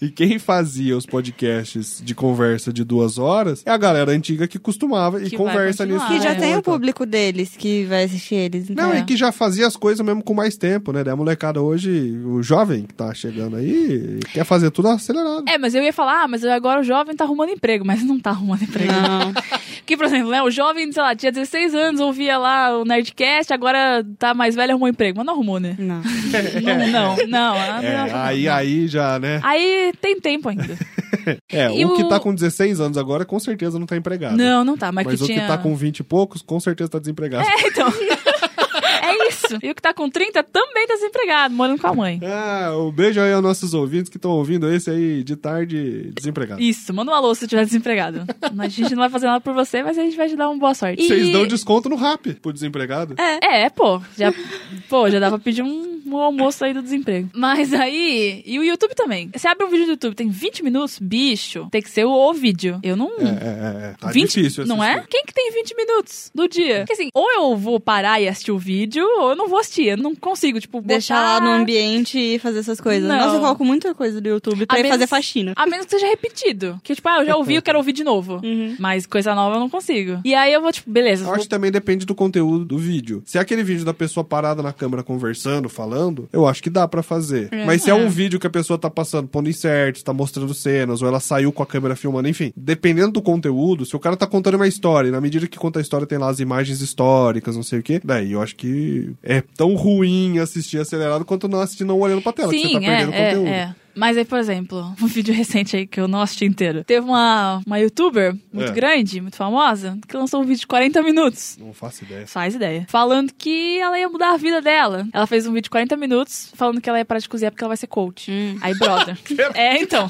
Speaker 3: E quem fazia os podcasts de conversa de duas horas é a galera antiga que costumava e
Speaker 2: Que vai
Speaker 3: conversa nisso.
Speaker 2: continuar,
Speaker 7: Que
Speaker 2: Ah,
Speaker 7: já
Speaker 2: é.
Speaker 7: tem o
Speaker 3: Então,
Speaker 7: público deles que vai assistir eles. Então.
Speaker 3: Não,
Speaker 2: É.
Speaker 3: e que já fazia as coisas mesmo com mais tempo, né? Daí A molecada hoje, o jovem que tá chegando aí, quer fazer tudo acelerado.
Speaker 2: É, mas eu ia falar, ah, mas agora o jovem tá arrumando emprego, mas não tá arrumando emprego.
Speaker 7: Não.
Speaker 2: Que, por exemplo, né, o jovem, sei lá, tinha 16 anos, ouvia lá o Nerdcast, agora tá mais velho e arrumou emprego. Mas não arrumou, né?
Speaker 7: Não.
Speaker 2: Não, não, não. ah,
Speaker 3: É,
Speaker 2: não, não.
Speaker 3: aí, aí já, né?
Speaker 2: Aí tem tempo ainda.
Speaker 3: É,
Speaker 2: E
Speaker 3: o que
Speaker 2: o-
Speaker 3: tá com 16 anos agora com certeza não tá empregado.
Speaker 2: Não, não tá, mas,
Speaker 3: Mas
Speaker 2: que
Speaker 3: o
Speaker 2: tinha...
Speaker 3: que tá com 20 e poucos, com certeza tá desempregado.
Speaker 2: É, então... é isso. E o que tá com 30 também tá desempregado, morando com a mãe.
Speaker 3: Ah, um beijo aí aos nossos ouvintes que estão ouvindo esse aí de tarde desempregado.
Speaker 2: Isso, manda um alô se tiver desempregado. A gente não vai fazer nada por você, mas a gente vai te dar uma boa sorte.
Speaker 3: Vocês
Speaker 2: E-
Speaker 3: dão desconto no rap pro desempregado?
Speaker 2: É, pô. Já, pô, já dá pra pedir um, um almoço aí do desemprego. Mas aí. E o YouTube também. Você abre um vídeo do YouTube, tem 20 minutos, bicho, tem que ser o, o vídeo. Eu não.
Speaker 3: É, é, é. Tá
Speaker 2: 20,
Speaker 3: difícil
Speaker 2: não é?
Speaker 3: assistir.
Speaker 2: Quem que tem 20 minutos do dia? Porque assim, ou eu vou parar e assistir o vídeo, ou eu não vou assistir. Eu não consigo, tipo, botar...
Speaker 7: Deixar lá no ambiente e fazer suas coisas.
Speaker 2: Não.
Speaker 7: Nossa, eu coloco muita coisa do YouTube pra
Speaker 2: A
Speaker 7: ir
Speaker 2: menos- Ah.
Speaker 7: fazer faxina.
Speaker 2: A menos que seja repetido. Que tipo, ah, eu já ouvi, eu quero ouvir de novo. Mas coisa nova eu não consigo. E aí eu vou, tipo, beleza.
Speaker 3: Eu
Speaker 2: vou-
Speaker 3: acho que também depende do conteúdo do vídeo. Se é aquele vídeo da pessoa parada na câmera conversando, falando, eu acho que dá pra fazer. Mas se é um vídeo que a pessoa tá passando, pondo inserts, tá mostrando cenas, ou ela saiu com a câmera filmando, enfim, dependendo do conteúdo, se o cara tá contando uma história, e na medida que conta a história tem lá as imagens históricas, não sei o quê, daí eu acho que é tão ruim assistir acelerado quanto não assistir não olhando pra tela, que você tá
Speaker 2: Sim, é,
Speaker 3: perdendo
Speaker 2: é,
Speaker 3: conteúdo.
Speaker 2: é. Mas aí, por exemplo, um vídeo recente aí que eu não assisti inteiro. Teve uma, uma youtuber muito
Speaker 3: É.
Speaker 2: grande, muito famosa, que lançou um vídeo de 40 minutos.
Speaker 3: Não faço ideia.
Speaker 2: Faz ideia. Falando que ela ia mudar a vida dela. Ela fez um vídeo de 40 minutos falando que ela ia parar de cozinhar porque ela vai ser coach. Aí, brother. é, então.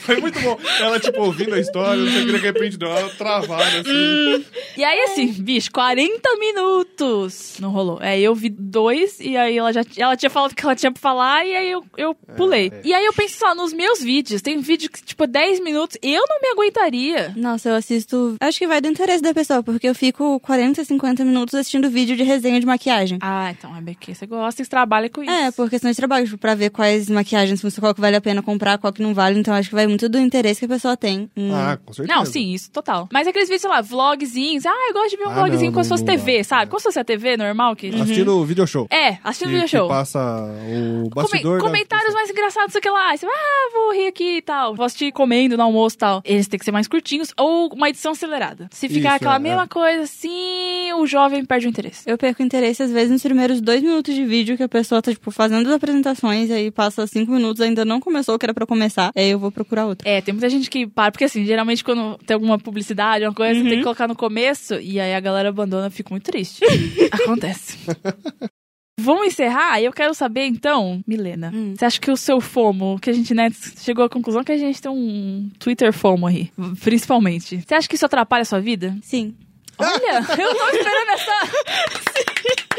Speaker 3: Foi muito bom. Ela, tipo, ouvindo a história, não sei o que, de repente deu uma travada, assim.
Speaker 2: E aí, assim, bicho, 40 minutos. Não rolou. Aí eu vi dois, e aí ela já ela tinha falado o que ela tinha pra falar, e aí eu, eu pulei.
Speaker 3: É.
Speaker 2: E aí eu penso só nos meus vídeos. Tem vídeo que, tipo, 10 minutos, eu não me aguentaria.
Speaker 7: Nossa, eu assisto. Acho que vai do interesse da pessoa, porque eu fico 40, 50 minutos assistindo vídeo de resenha de maquiagem.
Speaker 2: Ah, então é bem que você gosta e trabalha com isso.
Speaker 7: É, por questões de trabalho, tipo, pra ver quais maquiagens, qual que vale a pena comprar, qual que não vale. Então acho que vai muito do interesse que a pessoa tem. Hum.
Speaker 3: Ah, com certeza.
Speaker 2: Não, sim, isso, total. Mas aqueles vídeos, sei lá, vlogzinhos. Ah, eu gosto de ver um
Speaker 3: Ah,
Speaker 2: vlogzinho
Speaker 3: não,
Speaker 2: como se
Speaker 3: não,
Speaker 2: fosse
Speaker 3: não
Speaker 2: TV,
Speaker 3: dá.
Speaker 2: sabe? Como se fosse a TV normal que...
Speaker 3: Assistindo tipo, o video show.
Speaker 2: Uhum. É, assistindo
Speaker 3: Que-
Speaker 2: video
Speaker 3: que
Speaker 2: show.
Speaker 3: passa o bastidor.
Speaker 2: Comen-
Speaker 3: né? da-
Speaker 2: comentários mais engraçados, sei o que lá. Aí Você, vai, ah, vou rir aqui e tal. Vou assistir comendo no almoço e tal. Eles têm que ser mais curtinhos ou uma edição acelerada. Se ficar
Speaker 3: Isso,
Speaker 2: aquela
Speaker 3: é,
Speaker 2: mesma
Speaker 3: é.
Speaker 2: coisa assim, o jovem perde o interesse.
Speaker 7: Eu perco interesse, às vezes, nos primeiros dois minutos de vídeo que a pessoa tá, tipo, fazendo as apresentações, aí passa cinco minutos, ainda não começou o que era pra começar, aí eu vou procurar outro.
Speaker 2: É, tem muita gente que para, porque assim, geralmente quando tem alguma publicidade, alguma coisa, tem que colocar no começo e aí a galera abandona, eu fico muito triste. Acontece. Vamos encerrar? E eu quero saber então, Milena,
Speaker 7: Hum.
Speaker 2: você acha que o seu FOMO, que a gente né, chegou à conclusão que a gente tem um Twitter FOMO aí, principalmente. Você acha que isso atrapalha a sua vida?
Speaker 7: Sim.
Speaker 2: Olha, eu não esperando essa.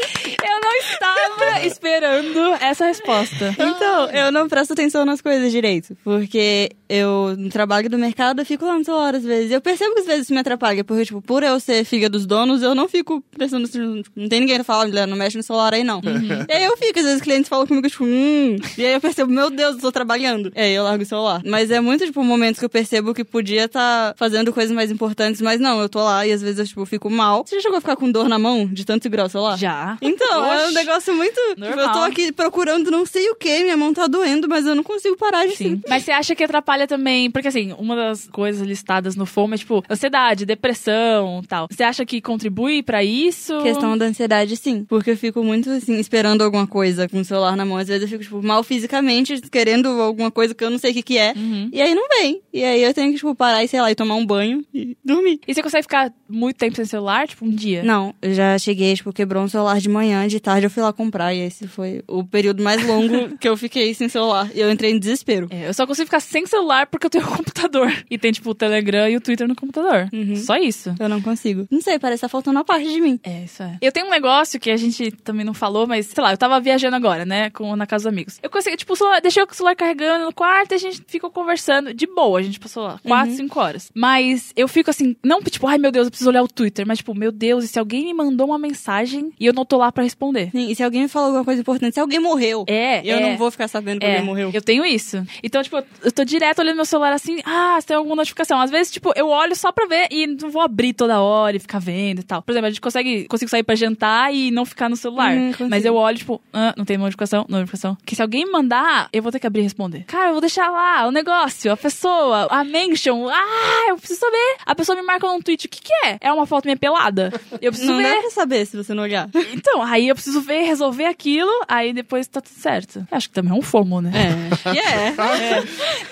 Speaker 2: Eu não estava esperando essa resposta.
Speaker 7: Então, eu não presto atenção nas coisas direito, porque eu no trabalho do mercado eu fico lá no celular às vezes. Eu percebo que às vezes isso me atrapalha, porque, tipo, por eu ser filha dos donos, eu não fico prestando atenção, tipo, não tem ninguém que fala, "Olha, não mexe no celular aí não. E aí eu fico, às vezes os clientes falam comigo, tipo, hum, e aí eu percebo, meu Deus, eu tô trabalhando. E aí eu largo o celular. Mas é muito, tipo, momentos que eu percebo que podia estar fazendo coisas mais importantes, mas não, eu tô lá e às vezes eu, tipo, fico mal. Você já chegou a ficar com dor na mão de tanto segurar o celular?
Speaker 2: Já.
Speaker 7: Então, é um
Speaker 2: Oxe.
Speaker 7: negócio muito. tipo, eu tô
Speaker 2: Normal.
Speaker 7: aqui procurando não sei o que, minha mão tá doendo, mas eu não consigo parar de
Speaker 2: Sim.
Speaker 7: sim.
Speaker 2: Mas você acha que atrapalha também? Porque, assim, uma das coisas listadas no FOMO é, tipo, ansiedade, depressão tal. Você acha que contribui pra isso?
Speaker 7: Questão da ansiedade, sim. Porque eu fico muito, assim, esperando alguma coisa com o celular na mão. Às vezes eu fico, tipo, mal fisicamente, querendo alguma coisa que eu não sei o que que é.
Speaker 2: Uhum.
Speaker 7: E aí não vem. E aí eu tenho que, tipo, parar e, sei lá, e tomar um banho e dormir.
Speaker 2: E você consegue ficar muito tempo sem celular, tipo, um dia?
Speaker 7: Não, eu já cheguei, tipo, quebrou um celular de manhã, de tarde eu fui lá comprar. E esse foi o período mais longo que eu fiquei sem celular. E eu entrei em desespero.
Speaker 2: É, eu só consigo ficar sem celular porque eu tenho um computador. E tem, tipo, o Telegram e o Twitter no computador.
Speaker 7: Uhum.
Speaker 2: Só isso.
Speaker 7: Eu não consigo. Não sei, parece que tá faltando uma parte de mim.
Speaker 2: É, isso é. Eu tenho um negócio que a gente também não falou, mas sei lá, eu tava viajando agora, né, com, na casa dos amigos. Eu consegui, tipo, o celular- deixei o celular carregando no quarto e a gente ficou conversando de boa. A gente passou lá 4, 5 horas. Mas eu fico assim, não tipo, ai meu Deus, eu preciso olhar o Twitter, mas tipo, meu Deus, e se alguém me mandou uma mensagem e eu não tô lá pra responder?
Speaker 7: Sim, e se alguém me falou alguma coisa importante, se alguém morreu,
Speaker 2: É,
Speaker 7: eu
Speaker 2: é.
Speaker 7: não vou ficar sabendo que
Speaker 2: É,
Speaker 7: alguém morreu.
Speaker 2: eu tenho isso. Então, tipo, eu tô direto olhando meu celular assim, ah, se tem alguma notificação. Às vezes, tipo, eu olho só pra ver e não vou abrir toda hora e ficar vendo e tal. Por exemplo, a gente consegue consigo sair pra jantar e não ficar no celular.
Speaker 7: Hum, consigo.
Speaker 2: Mas eu olho, tipo, ah, não tem notificação, não tem notificação. Que se alguém me mandar, eu vou ter que abrir e responder. Cara, eu vou deixar lá o negócio, a pessoa, a mention. Ah, eu preciso saber. A pessoa me marca num tweet, o que que é? É uma foto minha pelada? Eu preciso
Speaker 7: Não né?
Speaker 2: ver.
Speaker 7: dá pra saber se você não olhar.
Speaker 2: Então, aí eu preciso ver, resolver aquilo, aí depois tá tudo certo. Acho que também é um fomo, né?
Speaker 7: É. yeah.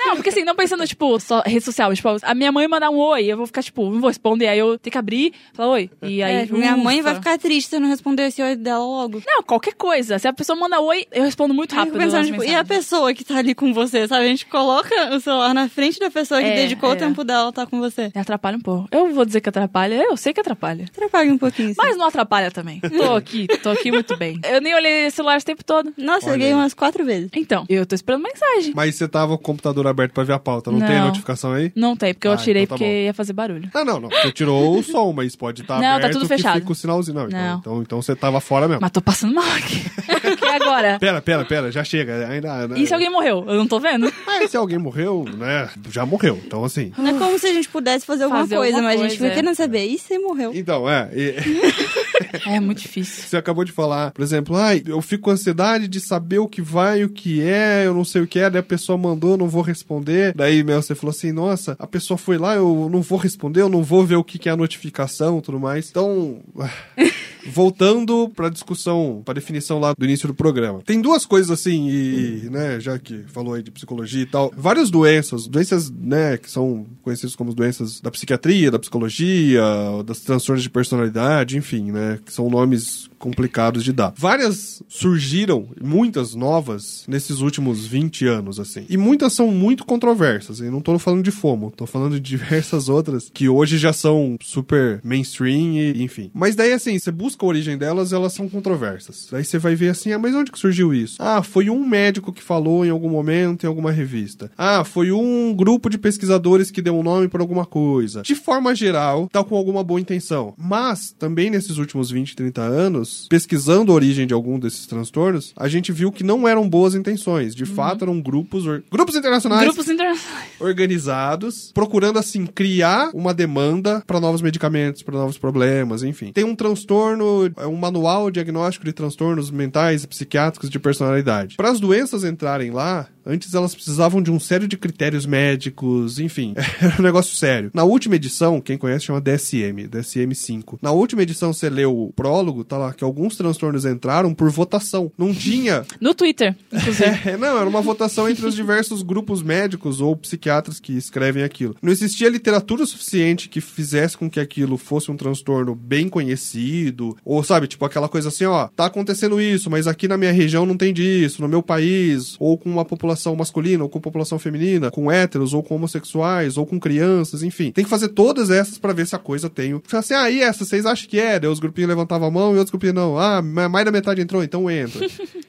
Speaker 2: Não, porque assim, não pensando, tipo, só rede social. Tipo, a minha mãe mandar um oi, eu vou ficar, tipo, não vou responder. Aí eu tenho que abrir, falar oi. E aí.
Speaker 7: É, minha mãe
Speaker 2: ufa.
Speaker 7: vai ficar triste se eu não responder esse oi dela logo.
Speaker 2: Não, qualquer coisa. Se a pessoa manda oi, eu respondo muito
Speaker 7: Eu fico
Speaker 2: rápido.
Speaker 7: pensando,
Speaker 2: as
Speaker 7: tipo, e a
Speaker 2: mensagens.
Speaker 7: pessoa que tá ali com você, sabe? A gente coloca o celular na frente da pessoa que
Speaker 2: É,
Speaker 7: dedicou
Speaker 2: é.
Speaker 7: o tempo dela a tá com você.
Speaker 2: Atrapalha um pouco. Eu vou dizer que atrapalha, eu sei que atrapalha.
Speaker 7: Atrapalha um pouquinho. sim.
Speaker 2: Mas não atrapalha também. Tô aqui, tô aqui muito bem. Eu nem olhei o celular esse tempo todo.
Speaker 7: Nossa, eu ganhei umas quatro vezes.
Speaker 2: Então, eu tô esperando mensagem.
Speaker 3: Mas você tava com o computador aberto pra ver a pauta, não, tem
Speaker 2: Não.
Speaker 3: notificação aí?
Speaker 2: Não tem, porque eu
Speaker 3: Ah,
Speaker 2: atirei
Speaker 3: então tá
Speaker 2: porque
Speaker 3: bom.
Speaker 2: ia fazer barulho.
Speaker 3: Ah, não, não. Você tirou o som, mas pode estar
Speaker 2: Não, tá
Speaker 3: aberto
Speaker 2: tudo
Speaker 3: que
Speaker 2: fechado.
Speaker 3: fica o sinalzinho. Não,
Speaker 2: Não.
Speaker 3: Então, então, então você tava fora mesmo.
Speaker 2: Mas tô passando mal aqui. e agora?
Speaker 3: Pera, pera, pera, já chega. Ainda, né?
Speaker 2: E se alguém morreu? Eu não tô vendo.
Speaker 3: Ah, e se alguém morreu, né? Já morreu. Então, assim...
Speaker 7: Não é como se a gente pudesse fazer alguma
Speaker 2: Fazer
Speaker 7: coisa,
Speaker 2: alguma
Speaker 7: mas a gente
Speaker 2: coisa,
Speaker 7: fica
Speaker 2: é.
Speaker 7: querendo saber. E se morreu?
Speaker 3: Então, é... e-
Speaker 2: É muito difícil.
Speaker 3: Você acabou de falar, por exemplo, ai, eu fico com ansiedade de saber o que vai, o que é, eu não sei o que é, daí a pessoa mandou, eu não vou responder. Daí meu, você falou assim, nossa, a pessoa foi lá, eu não vou responder, eu não vou ver o que, que é a notificação e tudo mais. Então. voltando pra discussão, pra definição lá do início do programa. Tem duas coisas assim, e, né, já que falou aí de psicologia e tal, várias doenças, doenças, né, que são conhecidas como doenças da psiquiatria, da psicologia, das transtornos de personalidade, enfim, né, que são nomes complicados de dar. Várias surgiram, muitas novas, nesses últimos 20 anos, assim. E muitas são muito controversas. E não tô falando de FOMO, tô falando de diversas outras que hoje já são super mainstream e enfim. Mas daí, assim, você busca a origem delas, elas são controversas. Daí você vai ver assim, ah, mas onde que surgiu isso? Ah, foi um médico que falou em algum momento, em alguma revista. Ah, foi um grupo de pesquisadores que deu um nome para alguma coisa. De forma geral, tá com alguma boa intenção. Mas, também nesses últimos 20, 30 anos, pesquisando a origem de algum desses transtornos, a gente viu que não eram boas intenções. De fato, eram grupos, or- grupos internacionais
Speaker 2: Grupos internacionais.
Speaker 3: organizados, procurando assim criar uma demanda para novos medicamentos, para novos problemas, enfim. Tem um transtorno, é um manual diagnóstico de transtornos mentais e psiquiátricos de personalidade. Para as doenças entrarem lá, antes elas precisavam de um sério de critérios médicos, enfim, era um negócio sério. Na última edição, quem conhece chama DSM, DSM-5. Na última edição você leu o prólogo, tá lá que alguns transtornos entraram por votação. Não tinha
Speaker 2: No Twitter, inclusive.
Speaker 3: é, não, era uma votação entre os diversos grupos médicos ou psiquiatras que escrevem aquilo. Não existia literatura suficiente que fizesse com que aquilo fosse um transtorno bem conhecido, ou sabe, tipo aquela coisa assim, ó, tá acontecendo isso, mas aqui na minha região não tem disso, no meu país, ou com uma população masculina, ou com população feminina, com héteros, ou com homossexuais, ou com crianças, enfim. Tem que fazer todas essas pra ver se a coisa tem. o- Assim, ah, e essa, vocês acham que é? Daí os grupinhos levantavam a mão e outros grupinhos não. Ah, ma- mais da metade entrou, então entra.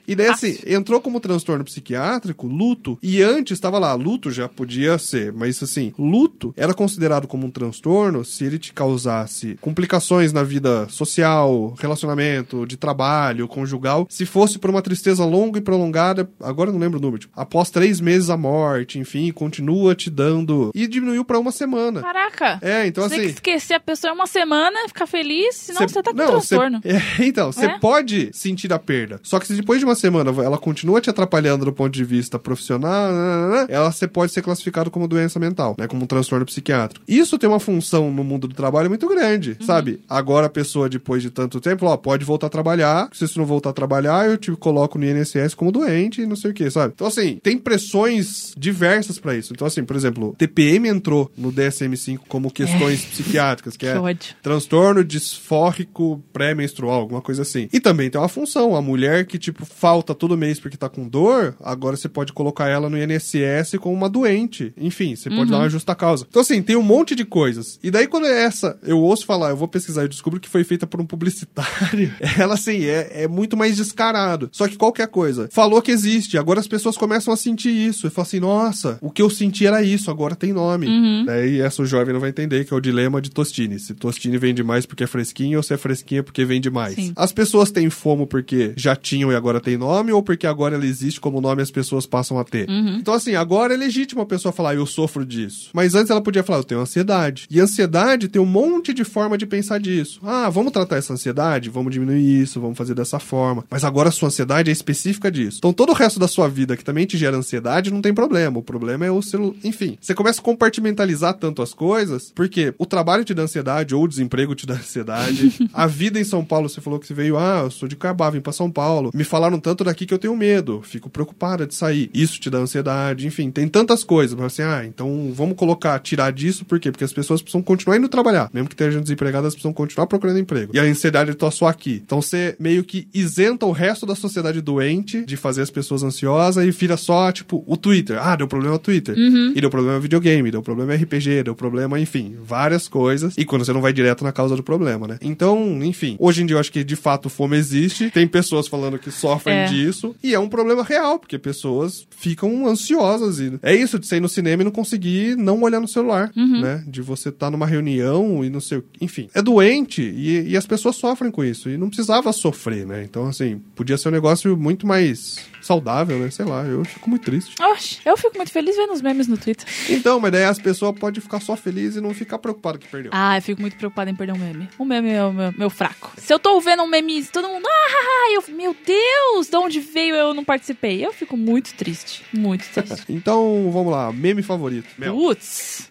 Speaker 3: E daí, assim, entrou como transtorno psiquiátrico, luto, e antes estava lá, luto já podia ser, mas assim, luto era considerado como um transtorno se ele te causasse complicações na vida social, relacionamento, de trabalho, conjugal, se fosse por uma tristeza longa e prolongada, agora eu não lembro o número, tipo, após três meses a morte, enfim, continua te dando. E diminuiu pra uma semana.
Speaker 2: Caraca.
Speaker 3: É, então
Speaker 2: você tem
Speaker 3: assim.
Speaker 2: Ah, que esquecer a pessoa uma semana, ficar feliz, senão
Speaker 3: Cê-
Speaker 2: você tá com
Speaker 3: não,
Speaker 2: transtorno.
Speaker 3: cê- É, então, você
Speaker 2: É?
Speaker 3: pode sentir a perda. Só que se depois de uma semana ela continua te atrapalhando do ponto de vista profissional, nananã, ela você pode ser classificado como doença mental, né? Como um transtorno psiquiátrico. Isso tem uma função no mundo do trabalho muito grande,
Speaker 2: Uhum.
Speaker 3: sabe? Agora a pessoa, depois de tanto tempo, ó, pode voltar a trabalhar. Se você não voltar a trabalhar, eu te coloco no INSS como doente e não sei o que, sabe? Então, assim, tem pressões diversas pra isso. Então, assim, por exemplo, TPM entrou no DSM-5 como questões psiquiátricas, que
Speaker 2: Que
Speaker 3: é
Speaker 2: ódio.
Speaker 3: transtorno disfórrico pré-menstrual, alguma coisa assim. E também tem uma função, a mulher que, tipo, falta todo mês porque tá com dor, agora você pode colocar ela no INSS como uma doente. Enfim, você pode dar uma justa causa. Então, assim, tem um monte de coisas. E daí, quando é essa, eu ouço falar, eu vou pesquisar e descubro que foi feita por um publicitário. Ela, assim, é, é muito mais descarado. Só que qualquer coisa. Falou que existe, agora as pessoas começam a sentir isso. E falam assim, nossa, o que eu senti era isso, agora tem nome. Daí, essa o jovem não vai entender, que é o dilema de Tostini. Se Tostini vende mais porque é fresquinho ou se é fresquinha porque vende mais.
Speaker 2: Sim.
Speaker 3: As pessoas têm fomo porque já tinham e agora tem nome ou porque agora ela existe como nome e as pessoas passam a ter. Então, assim, agora é legítimo a pessoa falar, eu sofro disso. Mas antes ela podia falar, eu tenho ansiedade. E ansiedade tem um monte de forma de pensar disso. Ah, vamos tratar essa ansiedade? Vamos diminuir isso, vamos fazer dessa forma. Mas agora a sua ansiedade é específica disso. Então, todo o resto da sua vida que também te gera ansiedade não tem problema. O problema é o celular. Enfim, você começa a compartimentalizar tanto as coisas, porque o trabalho te dá ansiedade ou o desemprego te dá ansiedade. a vida em São Paulo, você falou que você veio, ah, eu sou de Cuiabá, vim pra São Paulo. Me falaram tanto daqui que eu tenho medo, fico preocupada de sair. Isso te dá ansiedade, enfim, tem tantas coisas. Mas assim, ah, então vamos colocar, tirar disso, por quê? Porque as pessoas precisam continuar indo trabalhar. Mesmo que estejam desempregadas, elas precisam continuar procurando emprego. E a ansiedade tá só aqui. Então você meio que isenta o resto da sociedade doente de fazer as pessoas ansiosas e vira só, tipo, o Twitter. Ah, deu problema o Twitter. E deu problema videogame, deu problema RPG, deu problema, enfim, várias coisas. E quando você não vai direto na causa do problema, né? Então, enfim, hoje em dia eu acho que de fato fome existe. Tem pessoas falando que sofrem
Speaker 2: É.
Speaker 3: disso. E é um problema real, porque pessoas ficam ansiosas. E é isso de você ir no cinema e não conseguir não olhar no celular, né? De você estar numa reunião e não sei o Enfim, é doente e, e as pessoas sofrem com isso. E não precisava sofrer, né? Então, assim, podia ser um negócio muito mais saudável, né? Sei lá, eu fico muito triste.
Speaker 2: Oxe, eu fico muito feliz vendo os memes no Twitter.
Speaker 3: Então, mas daí as pessoas podem ficar só felizes e não ficar preocupada que perdeu.
Speaker 2: Ah, eu fico muito preocupada em perder um meme. O meme é o meu, meu fraco. Se eu tô vendo um meme, todo mundo, ah, eu, meu Deus, de onde veio eu não participei? Eu fico muito triste, muito triste.
Speaker 3: Então, vamos lá, meme favorito. Mel.
Speaker 2: Putz.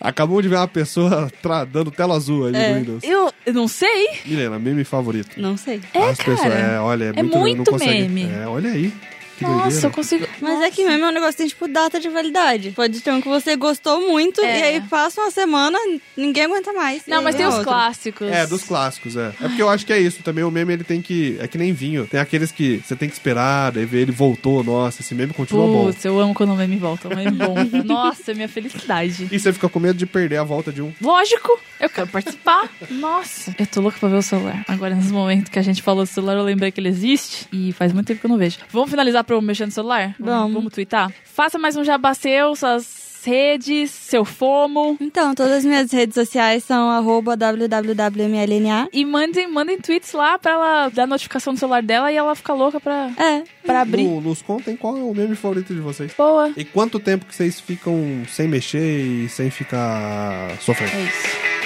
Speaker 3: Acabamos de ver uma pessoa tra- dando tela azul aí
Speaker 7: É.
Speaker 3: no Windows.
Speaker 2: Eu, eu não sei.
Speaker 3: Milena, meme favorito.
Speaker 7: Não sei.
Speaker 2: É,
Speaker 3: As
Speaker 2: cara.
Speaker 3: pessoas, é, olha, é, muito, não
Speaker 2: muito
Speaker 3: consegue-
Speaker 2: meme.
Speaker 3: É, olha aí. Que
Speaker 2: Nossa, eu
Speaker 3: doideira.
Speaker 2: consigo.
Speaker 7: Mas é que meme é um negócio que tem, tipo, data de validade. Pode ter um que você gostou muito
Speaker 2: É.
Speaker 7: e aí passa uma semana, ninguém aguenta mais.
Speaker 2: Não,
Speaker 7: E
Speaker 2: mas
Speaker 7: aí
Speaker 2: tem os
Speaker 7: outro.
Speaker 2: clássicos.
Speaker 3: É, dos clássicos, é. É porque eu acho que é isso. Também o meme, ele tem que... É que nem vinho. Tem aqueles que você tem que esperar, daí vê ele voltou. Nossa, esse meme continua bom.
Speaker 2: Putz, eu amo quando o meme volta. O meme bom. Nossa, minha felicidade.
Speaker 3: E você fica com medo de perder a volta de um.
Speaker 2: Lógico, eu quero participar. Nossa, eu tô louca pra ver o celular. Agora, nesse momento que a gente falou do celular, eu lembrei que ele existe e faz muito tempo que eu não vejo. Vamos finalizar pra eu mexer no celular?
Speaker 7: Vamos.
Speaker 2: Vamos twittar? Faça mais um jabá seu, suas redes, seu fomo.
Speaker 7: Então, todas as minhas redes sociais são arroba www.mlna.
Speaker 2: E mandem, mandem tweets lá pra ela dar notificação no celular dela e ela fica louca pra,
Speaker 7: É.
Speaker 2: pra abrir.
Speaker 3: No- nos contem qual é o meme favorito de vocês.
Speaker 2: Boa.
Speaker 3: E quanto tempo que vocês ficam sem mexer e sem ficar sofrendo?
Speaker 2: É isso.